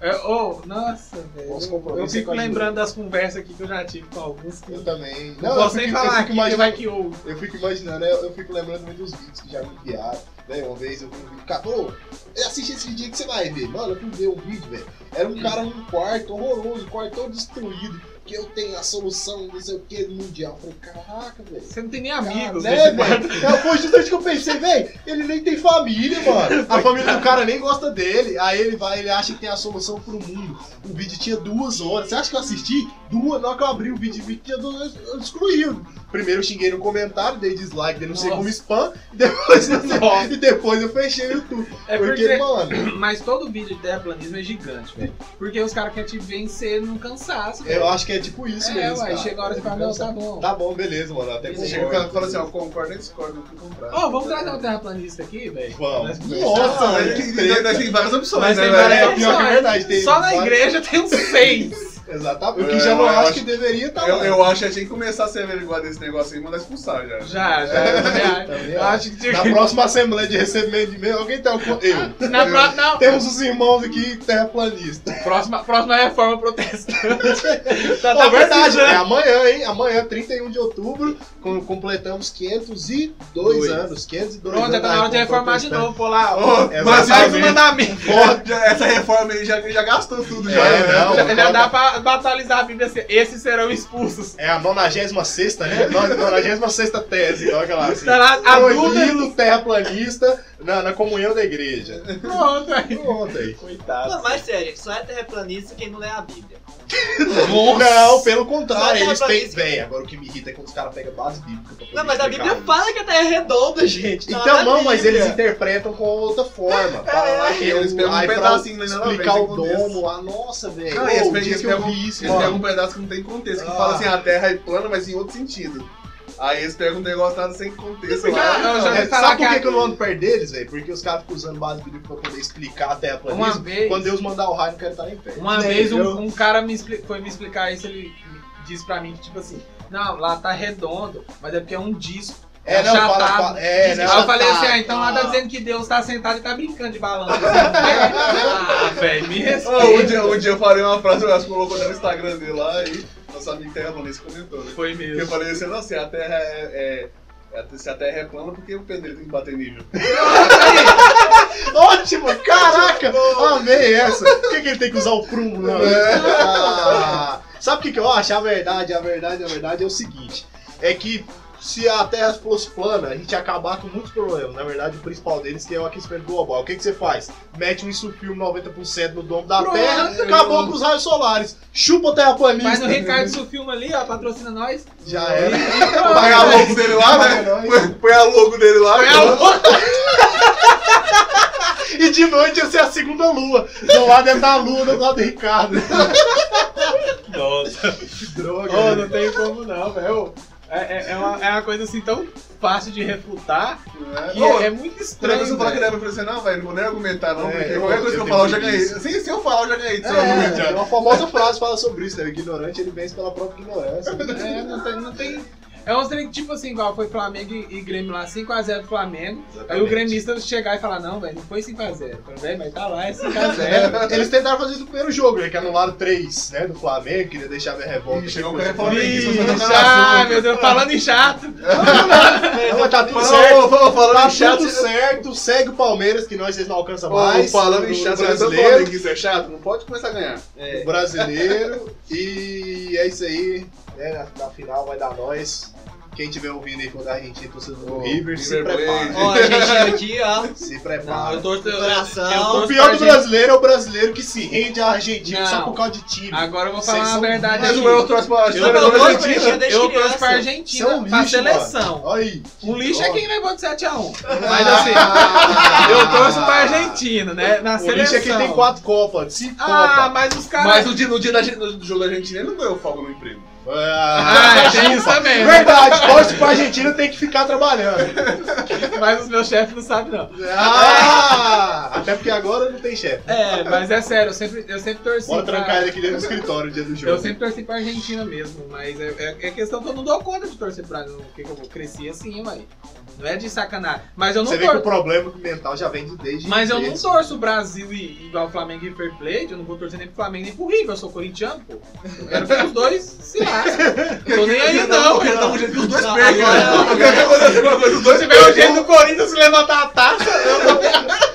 S1: É, oh, nossa, velho.
S2: Nosso
S1: Eu,
S2: compromisso
S1: eu
S2: é
S1: fico
S2: com a gente.
S1: lembrando das conversas aqui que eu já tive com alguns que.
S2: Eu
S1: Não,
S2: também. Não, eu
S1: posso nem
S2: fico-
S1: falar
S2: eu
S1: aqui,
S2: fico
S1: que vai
S2: imaginando,
S1: que ouve.
S2: eu fico imaginando, né? eu, eu fico lembrando muito dos vídeos que já me enviaram. Né? Uma vez eu vi um vídeo, cara, pô, assiste esse vídeo aí que você vai ver. Mano, eu fui ver um vídeo, velho. Era um cara num quarto horroroso, um quarto todo destruído, que eu tenho a solução, não sei o que, mundial. Eu falei, caraca, velho.
S1: Você não tem nem
S2: Né,
S1: amigos, né?
S2: velho? Foi justamente o que eu pensei, velho. Ele nem tem família, mano. A família do cara nem gosta dele. Aí ele vai, ele acha que tem a solução pro mundo. O vídeo tinha duas horas. Você acha que eu assisti? Duas, na hora que eu abri o vídeo, o vídeo tinha duas horas, eu excluí. Primeiro eu xinguei no comentário, dei dislike, denunciei
S1: Nossa.
S2: como spam. E depois,
S1: Nossa.
S2: e depois eu fechei o YouTube.
S1: É
S2: porque,
S1: porque,
S2: mano,
S1: Mas todo vídeo de terraplanismo é gigante, velho. Porque os caras querem te vencer num cansaço, velho.
S2: eu acho que é tipo isso
S1: É,
S2: mesmo.
S1: uai,
S2: cara.
S1: chega a hora de falar, não, tá bom.
S2: Tá bom, beleza, mano. Até
S6: Você chega e fala-
S2: concordo.
S6: fala assim, ó, concordo nem discordo, não tem contrário.
S1: Ó, vamos trazer um terraplanista aqui, velho?
S2: Vamos.
S1: Mas-
S2: Nossa,
S6: Mas
S2: velho,
S6: tem-
S2: que
S6: tem-
S2: treta.
S6: tem várias opções,
S1: Mas
S6: né,
S1: tem
S6: velho?
S1: várias
S2: é pior que é verdade, tem
S1: Só na
S2: várias-
S1: igreja tem uns seis.
S2: Exatamente. O
S6: Eu-
S2: que já não
S6: É, eu
S2: acho
S6: acho-
S2: que deveria tá estar.
S6: Eu, eu acho que a gente começar a se averiguar desse negócio aí e mandar expulsar já.
S1: Já, já. Tá eu também acho.
S2: Também
S1: É, Eu acho que tinha
S2: Na
S1: que...
S2: próxima assembleia de recebimento de e-mail, alguém tem um. co- Eu.
S1: Na pró- não,
S2: Temos os irmãos aqui terraplanista.
S1: próxima, próxima é reforma protestante. tá,
S2: Na
S1: tá
S2: verdade, é
S1: precisando.
S2: amanhã, hein? Amanhã, 31 de outubro, com- completamos 502
S1: Dois.
S2: anos. 502
S1: Pronto, já
S2: anos.
S1: tá na hora de reformar de novo, pô lá. ó.
S6: Ô, mas
S1: Mais um
S2: exatamente.
S1: mandamento.
S6: Pô, já- essa reforma aí já, já gastou tudo já.
S2: É,
S6: né?
S2: não.
S1: Já, já dá pra ba- batalizar a Bíblia assim, esses serão expulsos.
S2: É a 96 né? No- 96 tese, olha lá. Assim.
S1: Tá lá, a Bíblia.
S2: Proibido terraplanista na, na comunhão da igreja.
S1: Pronto, aí.
S2: Pronto aí.
S3: Não,
S1: Coitado.
S3: mas sério, só é terraplanista quem não lê a Bíblia.
S2: Não, pelo
S3: Só
S2: contrário, eles têm.
S3: terraplanista.
S2: Véi, agora o que me irrita é quando os caras pegam base bíblica pra poder
S3: Não, mas a
S2: explicar
S3: Bíblia fala que a Terra é redonda, gente. Tá lá
S2: Então
S3: na
S2: não, mas eles
S3: Bíblia. É,
S2: interpretam com outra forma. Fala lá que
S6: Eles
S2: o-
S6: pegam um
S2: aí pra
S6: pedacinho, né, na
S2: Explicar o
S6: novela, sem contexto.
S2: domo lá, nossa, velho.
S6: Não, e eles
S2: Ô, o
S6: pegam-
S2: dia
S6: eles
S2: que eu
S6: pegam-
S2: vi isso,
S6: Eles
S2: mano.
S6: pegam um pedaço que não tem contexto, que
S2: Ah.
S6: fala assim, a terra é plana, mas em outro sentido. Aí eles pegam um negócio nada sem contexto.
S1: Não,
S6: lá.
S1: não, já-
S2: É,
S1: falar
S2: sabe por
S1: que
S2: que,
S1: a-
S2: que eu não ando perto deles, velho? Porque os caras ficam usando base bíblica pra poder explicar a terraplanismo.
S1: Uma vez-
S2: Quando Deus mandar o raio, não quero estar em pé.
S1: Uma vez um, um cara me expli- foi me explicar isso, ele disse pra mim que, tipo assim, não, lá tá redondo, mas é porque é um disco.
S2: É, não, fala,
S1: achatado.
S2: fala. É,
S1: Aí
S2: né?
S1: eu
S2: Fala,
S1: falei assim, ah, então lá tá
S3: Ah.
S1: dizendo que Deus tá sentado e tá brincando de balanço. ah, velho, me
S6: Oh, um,
S1: respeita.
S6: dia, um dia eu falei uma frase, o Elcio colocou no Instagram dele lá e nosso amigo terraplanista comentou, né?
S1: Foi
S6: Eu
S1: mesmo.
S6: falei assim, não, se a terra é... é- é- se a terra é plana, por que o pé dele tem que bater nível?
S2: Ótimo, caraca! Amei essa. Por que, que ele tem que usar o prumo? Não? Ah, sabe o que, que eu acho? A verdade, a verdade, a verdade é o seguinte: é que se a Terra fosse plana, a gente ia acabar com muitos problemas. Na verdade, o principal deles que é o aquecimento global. O que, que você faz? Mete um insufilme 90% no domo da
S1: Pronto.
S2: Terra, acabou com os raios solares. Chupa a Terra planista.
S1: Mas no Ricardo Sufilma ali, ó, patrocina nós.
S2: Já era. é Tá,
S6: Põe a logo dele lá, né? Põe- Põe a logo dele lá.
S1: Põe a
S2: E de noite ia ser a segunda lua. Do lado é da lua, do lado do Ricardo. Nossa. Que droga.
S1: Oh,
S2: né?
S1: não tem como não, velho. É, é- é uma, é uma coisa assim tão fácil de refutar que
S6: Ô,
S1: é, é muito
S6: Três
S1: estranho.
S6: vezes eu falar que
S1: velho.
S6: deve aparecer, não, velho, não vou nem argumentar, não,
S2: É,
S6: porque
S2: eu-
S6: qualquer coisa
S2: eu
S6: que eu falar eu já
S2: tenho
S6: ganhei.
S2: preguiça.
S6: Se, se eu falar, eu já ganhei do seu argumento
S2: É,
S6: já.
S2: tem uma famosa frase que fala sobre isso, né? O ignorante ele vence pela própria ignorância.
S1: É, não tem, não tem. É um trem que, tipo assim, igual foi Flamengo e, e Grêmio lá, 5x0 pro Flamengo. Aí o gremista chegar e falar, não, velho, não foi 5x0. Tudo bem, mas tá lá, é 5x0.
S2: É, eles tentaram fazer isso no primeiro jogo, né? Que anularam 3, né? Do Flamengo, queria deixar minha revolta.
S6: Ih, chegou
S2: aqui,
S6: o cara
S2: coisa.
S6: falando isso, mas tá na
S1: Ah,
S2: né?
S6: zona.
S1: meu Deus, falando em chato.
S2: Não, mas tá tudo certo.
S6: Falando, falando,
S2: Tá
S6: em chato,
S2: tudo certo, segue o Palmeiras, que nós vocês não alcançam
S6: Ô,
S2: mais.
S6: falando
S2: O
S6: em chato, você tá
S2: brasileiro,
S6: falando que isso é chato? Não pode começar a ganhar.
S3: É.
S2: o brasileiro. E é isso aí, né? Na, na final vai dar nós. Quem tiver ouvindo aí quando a Argentina torcendo do
S6: Ô,
S2: River, se
S6: River Plate.
S2: prepara.
S3: Ó, a gente aqui, ó.
S2: Se
S3: Não,
S2: prepara.
S3: eu torço
S1: eu-
S3: pro
S1: eu
S3: coração.
S1: torço
S2: O pior do
S1: Gente.
S2: brasileiro é o brasileiro que se rende à Argentina
S1: Não.
S2: só por causa de time.
S1: Agora eu vou
S2: Vocês
S1: falar a
S2: são
S1: verdade
S2: mais
S1: aqui.
S2: um
S1: Eu
S6: trouxe pra
S2: Eu não
S3: torço pra
S2: Argentina.
S3: Argentina desde
S1: trouxe pra
S2: Isso
S3: criança.
S2: é um
S1: Argentina, pra
S2: lixo,
S1: seleção.
S2: Olha aí.
S1: O lixo é quem levou de 7x1. Mas assim,
S2: Ah.
S1: eu trouxe pra Argentina, né? Na
S2: O lixo
S1: seleção.
S2: é quem tem quatro copas, cinco
S1: Ah,
S2: copas.
S1: mas os
S6: Mas
S1: caras.
S6: no dia, no dia da, no jogo da Argentina ele não ganhou folga no emprego.
S1: Ah, tem isso também. né?
S2: Verdade, torce pra Argentina tem que ficar trabalhando.
S1: Mas os meus chefes não sabem, não.
S2: Ah, até porque agora não tem chefe.
S1: É, mas é sério, eu sempre, eu sempre torci.
S2: Bora
S1: pra-
S2: trancar ele aqui dentro do escritório no dia do jogo.
S1: Eu sempre torci pra Argentina mesmo, mas é, é- é questão que eu não dou conta de torcer pra o que que eu vou- cresci assim, ué. Não é de sacanagem. Mas eu não
S2: Você vê que o
S1: torço.
S2: problema mental já vem de desde.
S1: Mas eu não
S2: desde-
S1: torço o Brasil e, igual o Flamengo e Fair Play, eu não vou torcer nem pro Flamengo nem pro River, eu sou corintiano, pô. Eu quero que os dois se lasquem. Tô nem aí não,
S6: Ele dá
S1: não.
S6: um jeito que os dois
S3: Não,
S2: É.
S6: perdem,
S3: agora-
S6: cara. Qualquer coisa, qualquer coisa, os
S1: Se
S6: dois
S1: tiver o jeito do Corinthians se levantar a taça,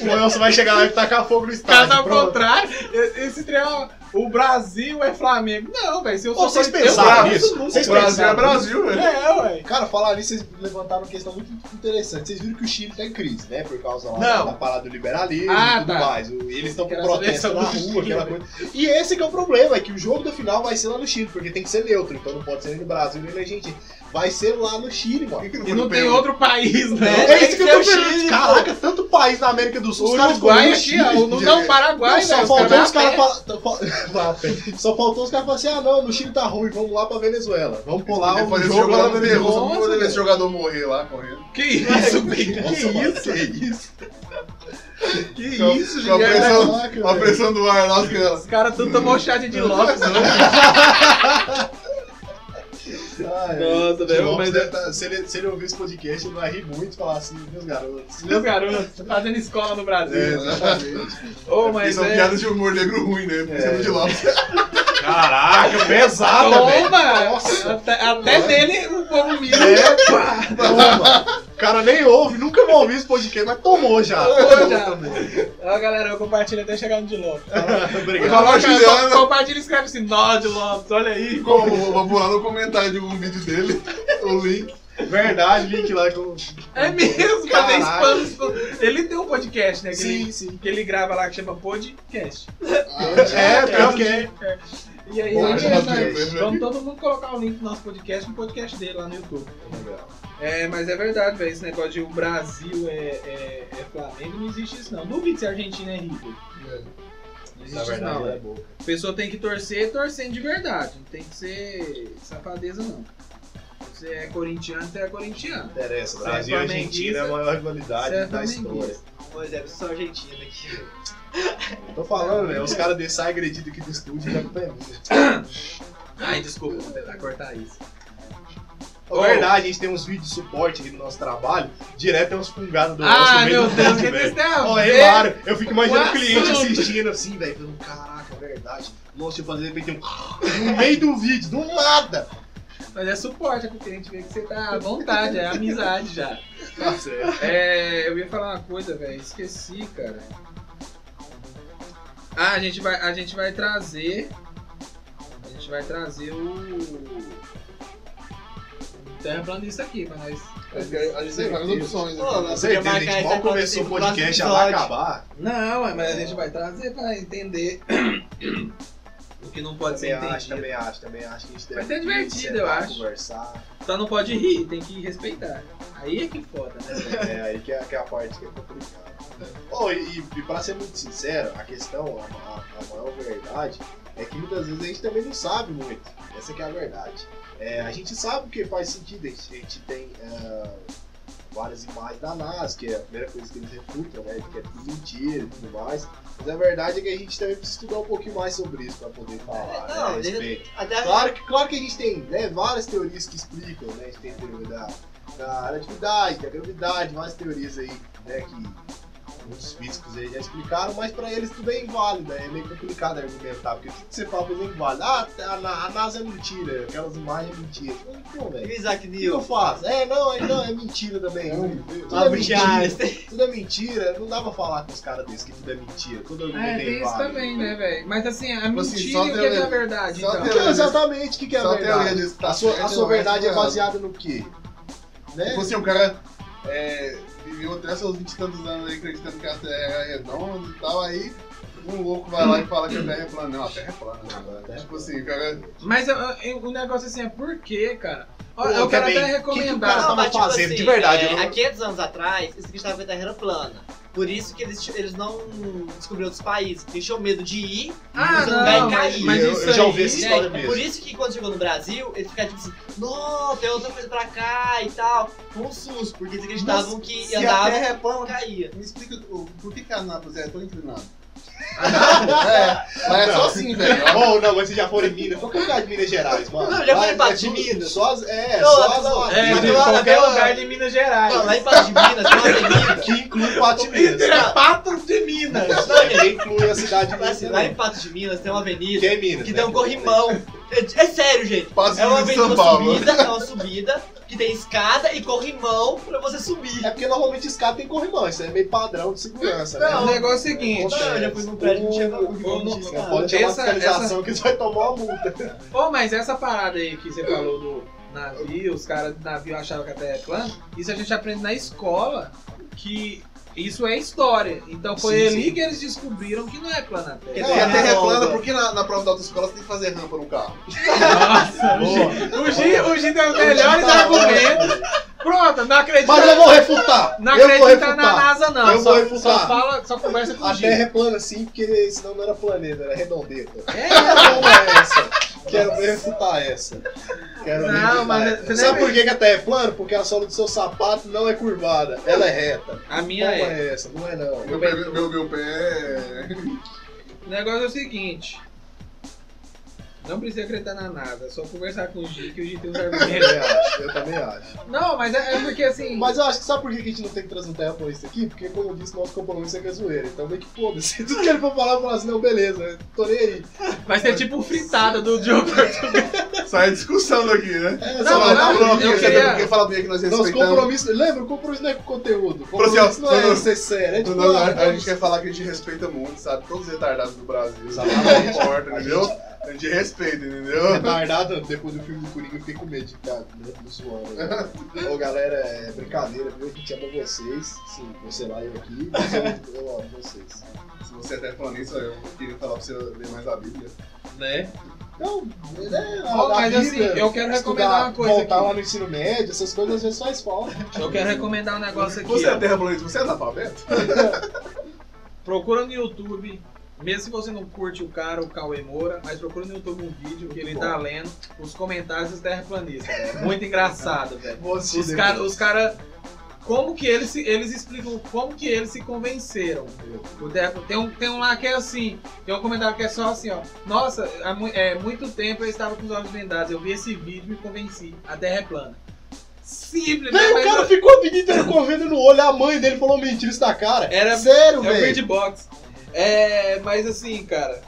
S2: O Elson vai chegar lá e tacar fogo no estádio.
S1: caso ao
S2: pronto.
S1: contrário, e- esse trem, ó, o Brasil é Flamengo. Não, velho, se eu sou
S2: Ô, vocês
S1: corintiano-
S2: pensaram
S6: eu-
S2: nisso? Vocês
S6: O Brasil é
S2: pensaram?
S6: Brasil, velho.
S1: É, ué.
S4: Cara, falar nisso, vocês levantaram uma questão muito interessante. Vocês viram que o Chile tá em crise, né? Por causa lá
S1: Não.
S4: da parada do liberalismo
S1: Ah,
S4: e tudo
S1: tá.
S4: mais. O- Eles estão com
S1: Aquela
S4: protesto
S1: seleção
S4: na
S1: do
S4: rua,
S1: Chile,
S4: aquela
S1: velho.
S4: coisa. E esse que é o problema, é que o jogo da final vai ser lá no Chile, porque tem que ser neutro. Então não pode ser nem no Brasil, nem na Argentina. Vai ser lá no Chile, mano.
S1: E não tem outro país, né?
S2: É isso que eu tô
S3: Tem que ser o
S2: pensando.
S3: Chile,
S2: Caraca, tanto país na América do Sul.
S1: O
S2: os caras
S1: Uruguai
S2: escolheram o
S1: aqui,
S2: Chile.
S1: ó. o- Não, o Paraguai, né?
S4: Não, só
S1: velho.
S4: faltou os caras
S1: cara
S4: falar. tá, fal- Vai a pé. Só faltou os caras falarem assim: ah, não, no Chile tá ruim, vamos lá pra Venezuela. Vamos pular
S6: Podia
S4: o
S6: fazer
S4: jogo lá na
S6: no Peru, só
S4: Venezuela.
S6: pra poder ver esse jogador morrer lá correndo.
S1: Que isso, Big?
S2: Que isso? Que isso?
S1: Que
S6: Com a-
S1: isso,
S6: com a
S1: gente?
S6: pressão-
S4: Caraca,
S6: com a
S4: velho.
S6: pressão do ar lá, os caras.
S1: Os caras tudo tomou chá de Lopes, né?
S4: Ai,
S1: Nossa,
S2: De
S1: velho,
S2: Lopes
S1: mas
S2: deve tá- se, ele, se ele ouvir esse podcast, ele vai rir muito e falar assim, meus garotos.
S1: meus garotos tá fazendo escola no
S2: É,
S1: Brasil.
S6: né?
S2: exatamente.
S1: Ô,
S6: Porque
S1: mas
S6: são
S1: é...
S6: piadas de humor negro ruim, né? Porque são de lá.
S2: Caraca, pesada, velho.
S1: Toma! Até, até dele o povo mira.
S2: É, pá, toma. O cara nem ouve, nunca vai ouvir esse podcast, mas tomou já.
S1: Ô, já. Ó, galera, eu compartilho até chegar no de Lopes.
S2: Obrigado.
S1: Coloca,
S6: Juliana.
S1: co- compartilha e escreve assim, nó de Lopes, olha aí.
S6: Como? Vou- Vou pular no comentário de um vídeo dele, o link.
S2: Verdade, link lá com.
S1: É mesmo, cadê
S2: Caralho.
S1: spam? Ele tem um podcast, né? Que, ele,
S2: Sim, sim.
S1: que ele grava lá que chama Podcast.
S2: É, porque.
S1: E aí,
S2: Bom, tá
S1: ele
S2: já
S1: entra-
S2: vi.
S1: vamos todo mundo colocar o link do nosso podcast no podcast dele lá no YouTube. É, mas é verdade, velho. Esse negócio de o Brasil é, é, é Flamengo, não existe isso não. Duvido se a Argentina é rica. Não existe
S2: Na
S1: isso
S2: verdade,
S1: não,
S2: ela é
S1: velho. A pessoa tem que torcer torcendo de verdade. Não tem que ser safadeza, não. Você é corintiano, você é corintiano.
S2: Não interessa,
S1: Você
S2: Brasil e
S1: é
S2: Argentina é a maior rivalidade
S1: Você é
S2: da
S1: flamenguista.
S2: história.
S3: Pois é, eu sou argentino aqui.
S2: Tô falando, velho, os caras descem agredidos aqui do estúdio já com é minha.
S1: Ai, desculpa, vou tentar cortar isso.
S2: Na verdade, a gente tem uns vídeos de suporte aqui no nosso trabalho, direto é uns fungados do nosso
S1: Ah,
S2: meio
S1: meu
S2: do
S1: Deus,
S2: mundo,
S1: que
S2: velho.
S1: tristeza!
S2: Ó, é raro. Eu fico imaginando
S1: O
S2: o cliente
S1: assunto.
S2: assistindo assim, velho, falando, caraca, é verdade. Nossa, eu fazer de repente um no meio do vídeo, do nada.
S1: Mas é suporte, é porque a gente vê que você tá à vontade, é amizade já.
S2: Tá certo.
S1: É, eu ia falar uma coisa, velho, esqueci, cara. Ah, a gente vai, a gente vai trazer, a gente vai trazer o o terraplanista aqui, mas nós...
S6: A gente tem várias opções.
S3: Pô,
S6: aqui.
S2: Com certeza,
S3: mas podia
S2: a
S3: marcar
S2: gente
S3: essa
S2: mal começou o
S3: conversa no
S2: podcast, já
S3: próximo
S2: vai
S3: episódio.
S2: acabar.
S1: Não, ué, mas a gente vai trazer pra entender o que não pode ser
S2: Também acho,
S1: entendido.
S2: também acho, também acho que a gente deve
S1: Vai ser divertido,
S2: sentar,
S1: eu acho.
S2: conversar.
S1: Só não pode rir, tem que respeitar. Aí é que foda, né? velho?
S2: É, aí que é, que é a parte que é complicada. Oh, e, e pra ser muito sincero, a questão, a, a- a maior verdade, é que muitas vezes a gente também não sabe muito. Essa que é a verdade. É, a gente sabe que faz sentido, a gente, a gente tem ah, várias imagens da NASA, que é a primeira coisa que eles refutam, né? Que é tudo mentira e tudo mais. Mas a verdade é que a gente também precisa estudar um pouquinho mais sobre isso pra poder falar.
S3: É,
S2: né, a
S3: não,
S2: respeito.
S3: Até a é
S2: Claro que, claro que a gente tem né, várias teorias que explicam, né? A gente tem a teoria da, da relatividade, da gravidade, várias teorias aí, né, que os físicos aí já explicaram, mas pra eles tudo é inválido, é meio complicado argumentar, porque tudo que você fala pra eles é inválido. Ah, a, Na- a NASA é mentira, aquelas imagens é mentira. Mas, Pô, velho, o que
S3: Isaac
S2: eu
S3: Newton.
S2: faço? É, não, é, não, é mentira também. Tudo é
S3: Abre
S2: mentira,
S3: aspas.
S2: tudo é mentira, não dá pra falar com os caras desses que tudo é mentira, todo argumento
S1: É,
S2: é,
S1: tem isso
S2: inválido.
S1: também, né, velho? Mas assim, a
S6: Tipo assim,
S1: mentira
S6: só
S1: e o que é que é a
S6: teoria-
S1: verdade,
S6: só
S1: então?
S6: teoria-
S2: Então, exatamente o que, que é
S6: Só
S2: a
S6: a teoria tá?
S2: verdade.
S6: de
S2: A sua, a sua verdade é baseada no quê? Né?
S6: Tipo assim, o cara é, viveu até seus 20 e tantos anos aí acreditando que a Terra é redonda e tal, aí um louco vai lá e fala que a Terra é plana. Não, a Terra é plana. Né? Tipo assim, o cara.
S1: Mas eu- eu- o negócio assim é por quê, cara? Ó,
S2: Pô,
S1: eu quero
S2: também,
S1: até
S2: que que o
S1: recomendar.
S2: cara tava
S3: mas, tipo
S2: fazendo, de verdade,
S3: é,
S2: eu não-
S3: Há 500 anos atrás, eles acreditavam que a Terra era plana. Por isso que eles, eles não descobriram outros países, porque eles tinham medo de ir.
S1: Ah,
S3: Isso
S1: não,
S3: vai
S1: mas,
S3: cair.
S1: mas
S2: Eu-
S1: isso
S2: eu já
S1: aí-
S2: ouvi essa
S3: né?
S2: história
S3: Por
S2: mesmo.
S3: isso que quando chegou no Brasil, eles ficaram tipo assim, não, tem outra coisa pra cá e tal. Com um susto, porque eles acreditavam que
S6: Se a
S3: andava
S6: Terra é plana,
S3: e caía.
S6: me explica o, por que que a Nápoles é tão inclinada. é, mas é só assim, velho. ó.
S2: Ou não, mas vocês já foram em Minas. Qual que é o lugar de Minas Gerais, mano?
S3: Não, já
S2: Lá
S3: foi
S2: é
S3: embaixo de
S2: tudo-
S3: Minas.
S2: Só as, é,
S3: Não, tá
S2: só as
S3: não,
S1: É,
S2: latinhas.
S1: de
S3: Mas lá-
S1: qualquer
S3: lá-
S1: lugar de Minas Gerais.
S2: né?
S3: Não, lá embaixo de Minas, tem uma avenida.
S2: Que inclui Pato de Minas.
S1: Pato é de Minas.
S2: Também inclui a cidade de
S3: Lá,
S2: Minas. né?
S3: assim, lá
S2: também.
S3: em Patos de Minas tem uma avenida
S2: Que é Minas.
S3: que
S2: né?
S3: tem um corrimão. É, é sério, gente.
S6: Passa
S3: É uma
S6: de
S3: avenida
S6: São
S3: uma
S6: Paulo.
S3: subida, é uma subida que tem escada e corrimão pra você subir.
S2: É porque normalmente esse cara tem corrimão. Isso é meio padrão de segurança, né?
S1: o negócio é o seguinte.
S3: Não, eu já fui num prédio que tinha corrimão.
S1: Ou não-
S2: Não
S3: de escada.
S2: pode chamar
S1: Essa-
S2: fiscalização que você vai tomar uma multa.
S1: Pô, mas essa parada aí que você falou do navio, os caras do navio achavam que a Terra é plana, isso a gente aprende na escola que isso é história. Então foi
S2: Sim,
S1: ali
S2: sim.
S1: que eles descobriram que não é plana a
S6: E
S1: Terra.
S3: Que
S6: a
S3: Terra
S6: Terra é plana,
S3: redonda.
S6: por que na, na prova da autoescola você tem que fazer rampa no carro?
S1: Nossa, o Gi, o Gi tem os melhores argumentos. Pronto, não acredita,
S2: tá Mas eu vou refutar.
S1: não
S2: eu vou
S1: acredita
S2: refutar.
S1: na NASA não.
S2: Eu
S1: só,
S2: vou refutar.
S1: só fala, só conversa com o
S2: A
S1: Gi.
S2: Terra é plana sim, porque senão não era planeta, era redondeta.
S1: É,
S2: Como é essa? Quero refutar essa. Quero
S1: Não,
S2: refutar
S1: mas
S2: essa.
S1: você nem
S2: Sabe
S1: vê.
S2: por que que a Terra é plana? Porque a sola do seu sapato não é curvada, ela é reta.
S1: a minha
S2: Como
S1: é.
S2: é essa? Não é não.
S6: Meu, pé- meu, meu pé é.
S1: O negócio é o seguinte. Não precisa acreditar na NASA, é só conversar com o Gi, que o Gi tem um os
S2: Eu
S1: argumentos.
S2: também acho, eu também acho.
S1: Não, mas é, é porque assim.
S2: Mas eu acho que sabe por que que a gente não tem que trazer um terraplanista aqui? Porque, como eu disse, nosso compromisso é com a zoeira. Então, meio que foda-se. Tudo que ele for falar, eu falo assim: não, beleza, eu tô nem aí.
S1: um Vai ser tipo fritada do Diogo Portugal.
S6: Sai discussão daqui, né?
S7: É,
S1: Não,
S7: só vai dar
S1: não,
S7: bronca.
S1: eu
S6: Porque-
S1: queria-
S6: Porque fala bem que nós
S7: Nosso
S6: respeitamos.
S7: compromisso. Lembra, o compromisso não é com o conteúdo. O
S6: Por exemplo,
S7: compromisso não é
S6: quando-
S7: ser sério. É tipo,
S6: Quando a,
S7: ah,
S6: a gente quer falar que a gente respeita muito, sabe? Todos os retardados do Brasil. Sabe? Não
S7: Exatamente.
S6: importa, entendeu? A gente respeita, entendeu?
S7: Retardado, É né? depois do filme do Coringa, eu fiquei com medo de ficar né, me zoando. né? Ô galera, é brincadeira, viu? A gente ama vocês. Sim, você lá e eu aqui. mas eu- Eu amo vocês.
S6: Se você até falando isso, eu queria falar pra você ler mais a Bíblia.
S1: Né?
S7: Então, né? a-
S1: Ó,
S7: a
S1: mas
S7: vida,
S1: assim, eu quero recomendar uma coisa
S7: Voltar
S1: aqui.
S7: lá no ensino médio, essas coisas às vezes faz falta.
S1: Eu quero recomendar um negócio aqui.
S6: Você é
S1: ó.
S6: terraplanista, você é analfabeto?
S1: Procura no YouTube, mesmo se você não curte o cara, o Cauê Moura, mas procura no YouTube um vídeo que ele tá lendo os comentários dos terraplanistas. velho. Muito engraçado, velho.
S7: Você,
S1: Os caras, os cara, como que eles, se- eles explicam como que eles se convenceram? O Deco- tem, um, tem um lá que é assim, tem um comentário que é só assim, ó. Nossa, há mu- é, muito tempo eu estava com os olhos vendados, eu vi esse vídeo e me convenci, a Terra é plana. Simples, né?
S7: Véi, o
S1: Mas
S7: cara
S1: eu-
S7: ficou a vida inteira correndo no olho, a mãe dele falou mentira isso na cara.
S1: Era-
S7: Sério,
S1: É o
S7: velho.
S1: Bird Box. É, mas assim, cara,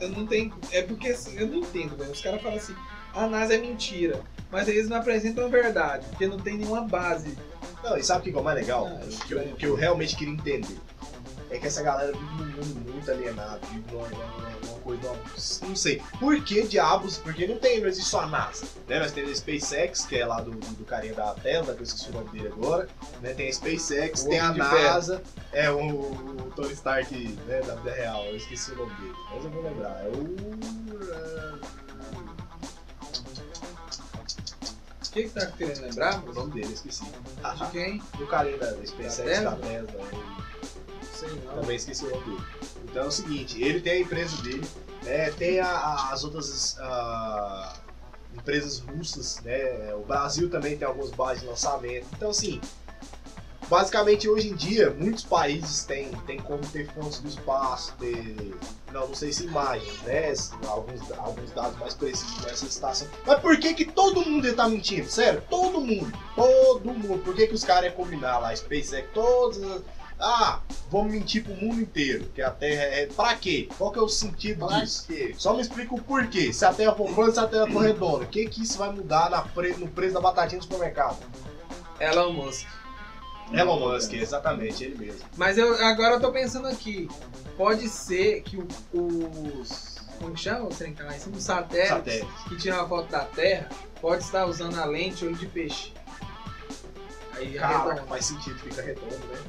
S1: eu não tenho. É porque assim, eu não entendo, velho. Os caras falam assim, a NASA é mentira. Mas eles não apresentam a verdade, porque não tem nenhuma base.
S2: Não, e sabe o que que é o mais legal?
S1: Ah,
S2: O que, eu, o que eu realmente queria entender. É que essa galera vive num mundo muito alienado, vive numa, numa- numa coisa. numa- não sei. Por que diabos? Porque não tem, não existe só a NASA. Né? Nós temos a SpaceX, que é lá do, do carinha da Tesla, que eu esqueci o nome dele agora. Né? Tem a SpaceX,
S1: O
S2: tem a
S1: Homem de Ferro.
S2: NASA. É o, o Tony Stark né, da vida real, eu esqueci o nome dele. Mas eu vou lembrar. É o. é,
S1: O que, que tá querendo lembrar?
S2: O nome dele, eu esqueci. Ah,
S1: De quem?
S2: Do carinha da SpaceX,
S1: Tesla?
S2: da Tesla. é. o-
S1: Sei lá.
S2: Também esqueci o nome dele. Então é o seguinte, ele tem a empresa dele, né, tem a- a- as outras ah, empresas russas, né? O Brasil também tem algumas bases de lançamento. Então assim, basicamente hoje em dia muitos países têm, têm como ter fontes do espaço, ter. Não, não sei se imagens, né? se- Alguns, alguns dados mais precisos nessa estação. Mas por que, que todo mundo está mentindo? Sério, todo mundo. Todo mundo. Por que, que os caras iam combinar lá? SpaceX, todas as. Ah, vamos mentir pro mundo inteiro, que a Terra é. Pra quê? Qual que é o sentido disso? Só me explica o porquê. Se a Terra for plana, se a Terra for redonda, o que que isso vai mudar na pre- no preço da batatinha do supermercado?
S1: Elon Musk.
S2: É Elon Musk, exatamente, ele mesmo.
S1: Mas eu, agora eu tô pensando aqui. Pode ser que o- os. Como que chama? Os trem que tá lá em cima? Os satélites
S2: Satélite.
S1: que tiram a foto da Terra pode estar usando a lente olho de peixe. Aí arredonda.
S2: Caraca, faz sentido, fica redondo, né?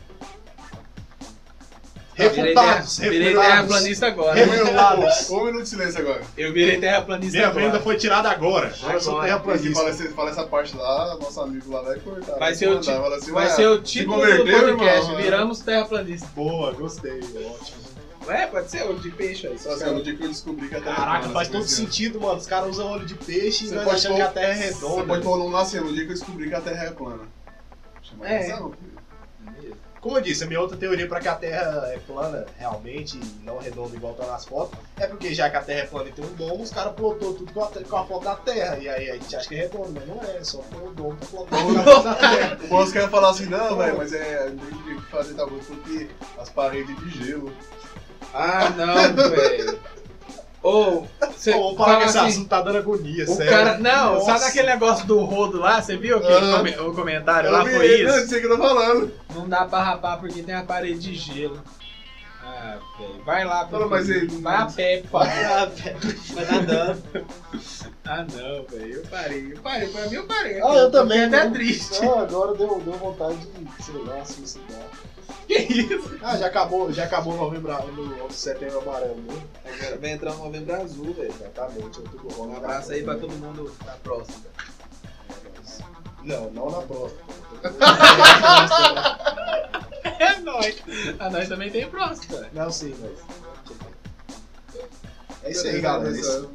S1: Virei terra-
S2: Refutados,
S1: Virei
S2: refutados.
S1: terraplanista agora.
S6: Um minuto- um minuto de silêncio agora.
S1: Eu virei terraplanista
S2: Minha
S1: agora.
S2: venda foi tirada agora. Agora eu sou
S1: Agora.
S6: Você
S2: terraplanista.
S6: Tipo assim, fala, você fala essa parte lá, nosso amigo lá vai cortar.
S1: Vai ser o
S6: mandar,
S1: ti-
S6: fala assim,
S1: Vai
S6: "Ah,
S1: ser o título do
S6: converteu,
S1: podcast.
S6: irmão?
S1: Viramos terraplanista.
S2: Boa, gostei, ótimo.
S1: É, pode ser olho de peixe aí.
S6: Só assim, no dia que eu descobri que a Terra
S2: Caraca, faz todo
S6: sentido.
S2: sentido, mano. Os caras usam olho de peixe e
S6: Você
S2: nós
S6: pode
S2: achamos que
S6: pôr-
S2: a terra é
S6: Você pode
S2: redonda.
S6: pôr o nome lá assim, no dia que eu descobri que a Terra é plana. Chama
S1: É.
S6: atenção, filho.
S2: Como eu disse, a minha outra teoria pra que a Terra é plana, realmente, e não redonda igual tá nas fotos, é porque já que a Terra é plana e tem um domo, os caras plotou tudo com a, te- com a foto da Terra. E aí a gente acha que é redonda, mas não é, só tem um domo pra plotar com a foto da Terra.
S6: O Boss quer falar assim, não, velho, mas é. Tem que fazer tal coisa porque as paredes de gelo.
S1: Ah, não, velho. Ou, você
S2: Pô, vou falar
S1: fala
S2: que esse
S1: assim,
S2: assunto tá dando agonia,
S1: o
S2: sério.
S1: cara... Não, sabe
S2: Nossa.
S1: aquele negócio do rodo lá? Você viu aquele
S6: Ah.
S1: come- o comentário lá?
S6: vi,
S1: Foi
S6: Não,
S1: isso?
S6: sei o que eu tô falando.
S1: Não dá pra rapar porque tem a parede de gelo. Ah, velho. Vai lá,
S6: Fala, mas
S1: porque-
S6: ele-
S1: Vai a pé, pô.
S8: Ah, velho, Vai nadando.
S1: Ah, não, velho. Eu parei. Eu parei. Pra mim, eu parei.
S7: Ah, eu também,
S1: Fiquei até
S7: né?
S1: triste.
S7: Não, agora deu, deu vontade de, sei lá, suicidar.
S1: Que isso?
S7: Ah, já acabou, já acabou o novembro, no setembro amarelo, né?
S1: Agora vai entrar um novembro azul, velho.
S7: Exatamente, outubro rosa.
S1: Um abraço aí pra todo mundo na próxima.
S7: Não, não na próxima.
S1: É nóis. A nós também tem próxima.
S7: Não, sim, mas. É isso aí, galera. Esse,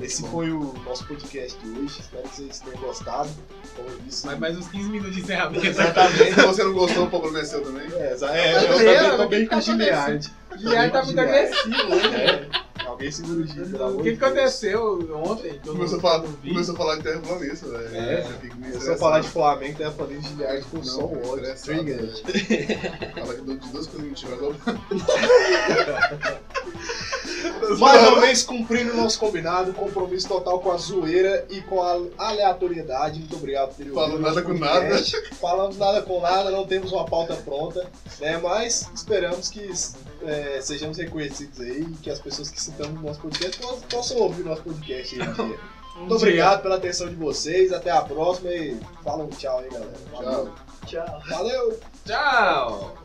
S7: esse foi o nosso podcast de hoje. Espero que vocês tenham gostado. Como eu disse.
S1: Mas mais uns 15 minutos de encerramento.
S6: Exatamente. Se você não gostou, o problema é seu também.
S7: É, exa- é, eu também tô
S1: Meu, mas o que
S7: bem
S1: que tá
S7: com Gilead.
S1: Guilherme tá muito agressivo hoje.
S7: É, Alguém segura o Gil, pelo
S1: O
S7: amor
S1: que
S7: de Deus.
S1: aconteceu ontem? que eu não-
S6: Começou a falar,
S1: não vi?
S6: começou a falar de terraplanista, velho.
S7: É.
S6: Você fica meio
S7: Se eu falar de
S6: estressado.
S7: Flamengo, tá falando de Gilead com só
S6: Não,
S7: o
S1: é
S7: ódio.
S6: estressado,
S7: Trigger.
S6: velho. Fala de duas coisas mentirosas.
S2: Mais uma vez cumprindo o nosso combinado, compromisso total com a zoeira e com a aleatoriedade. Muito obrigado por ter ouvido
S6: Falou
S2: o nosso
S6: nada com
S2: podcast. Falamos nada com nada, não temos uma pauta pronta, né? Mas esperamos que é, sejamos reconhecidos aí e que as pessoas que citamos no nosso podcast possam- possam ouvir o nosso podcast aí um dia. Muito obrigado pela atenção de vocês, até a próxima e falam tchau aí, galera. Valeu.
S1: Tchau.
S2: Valeu.
S1: Tchau.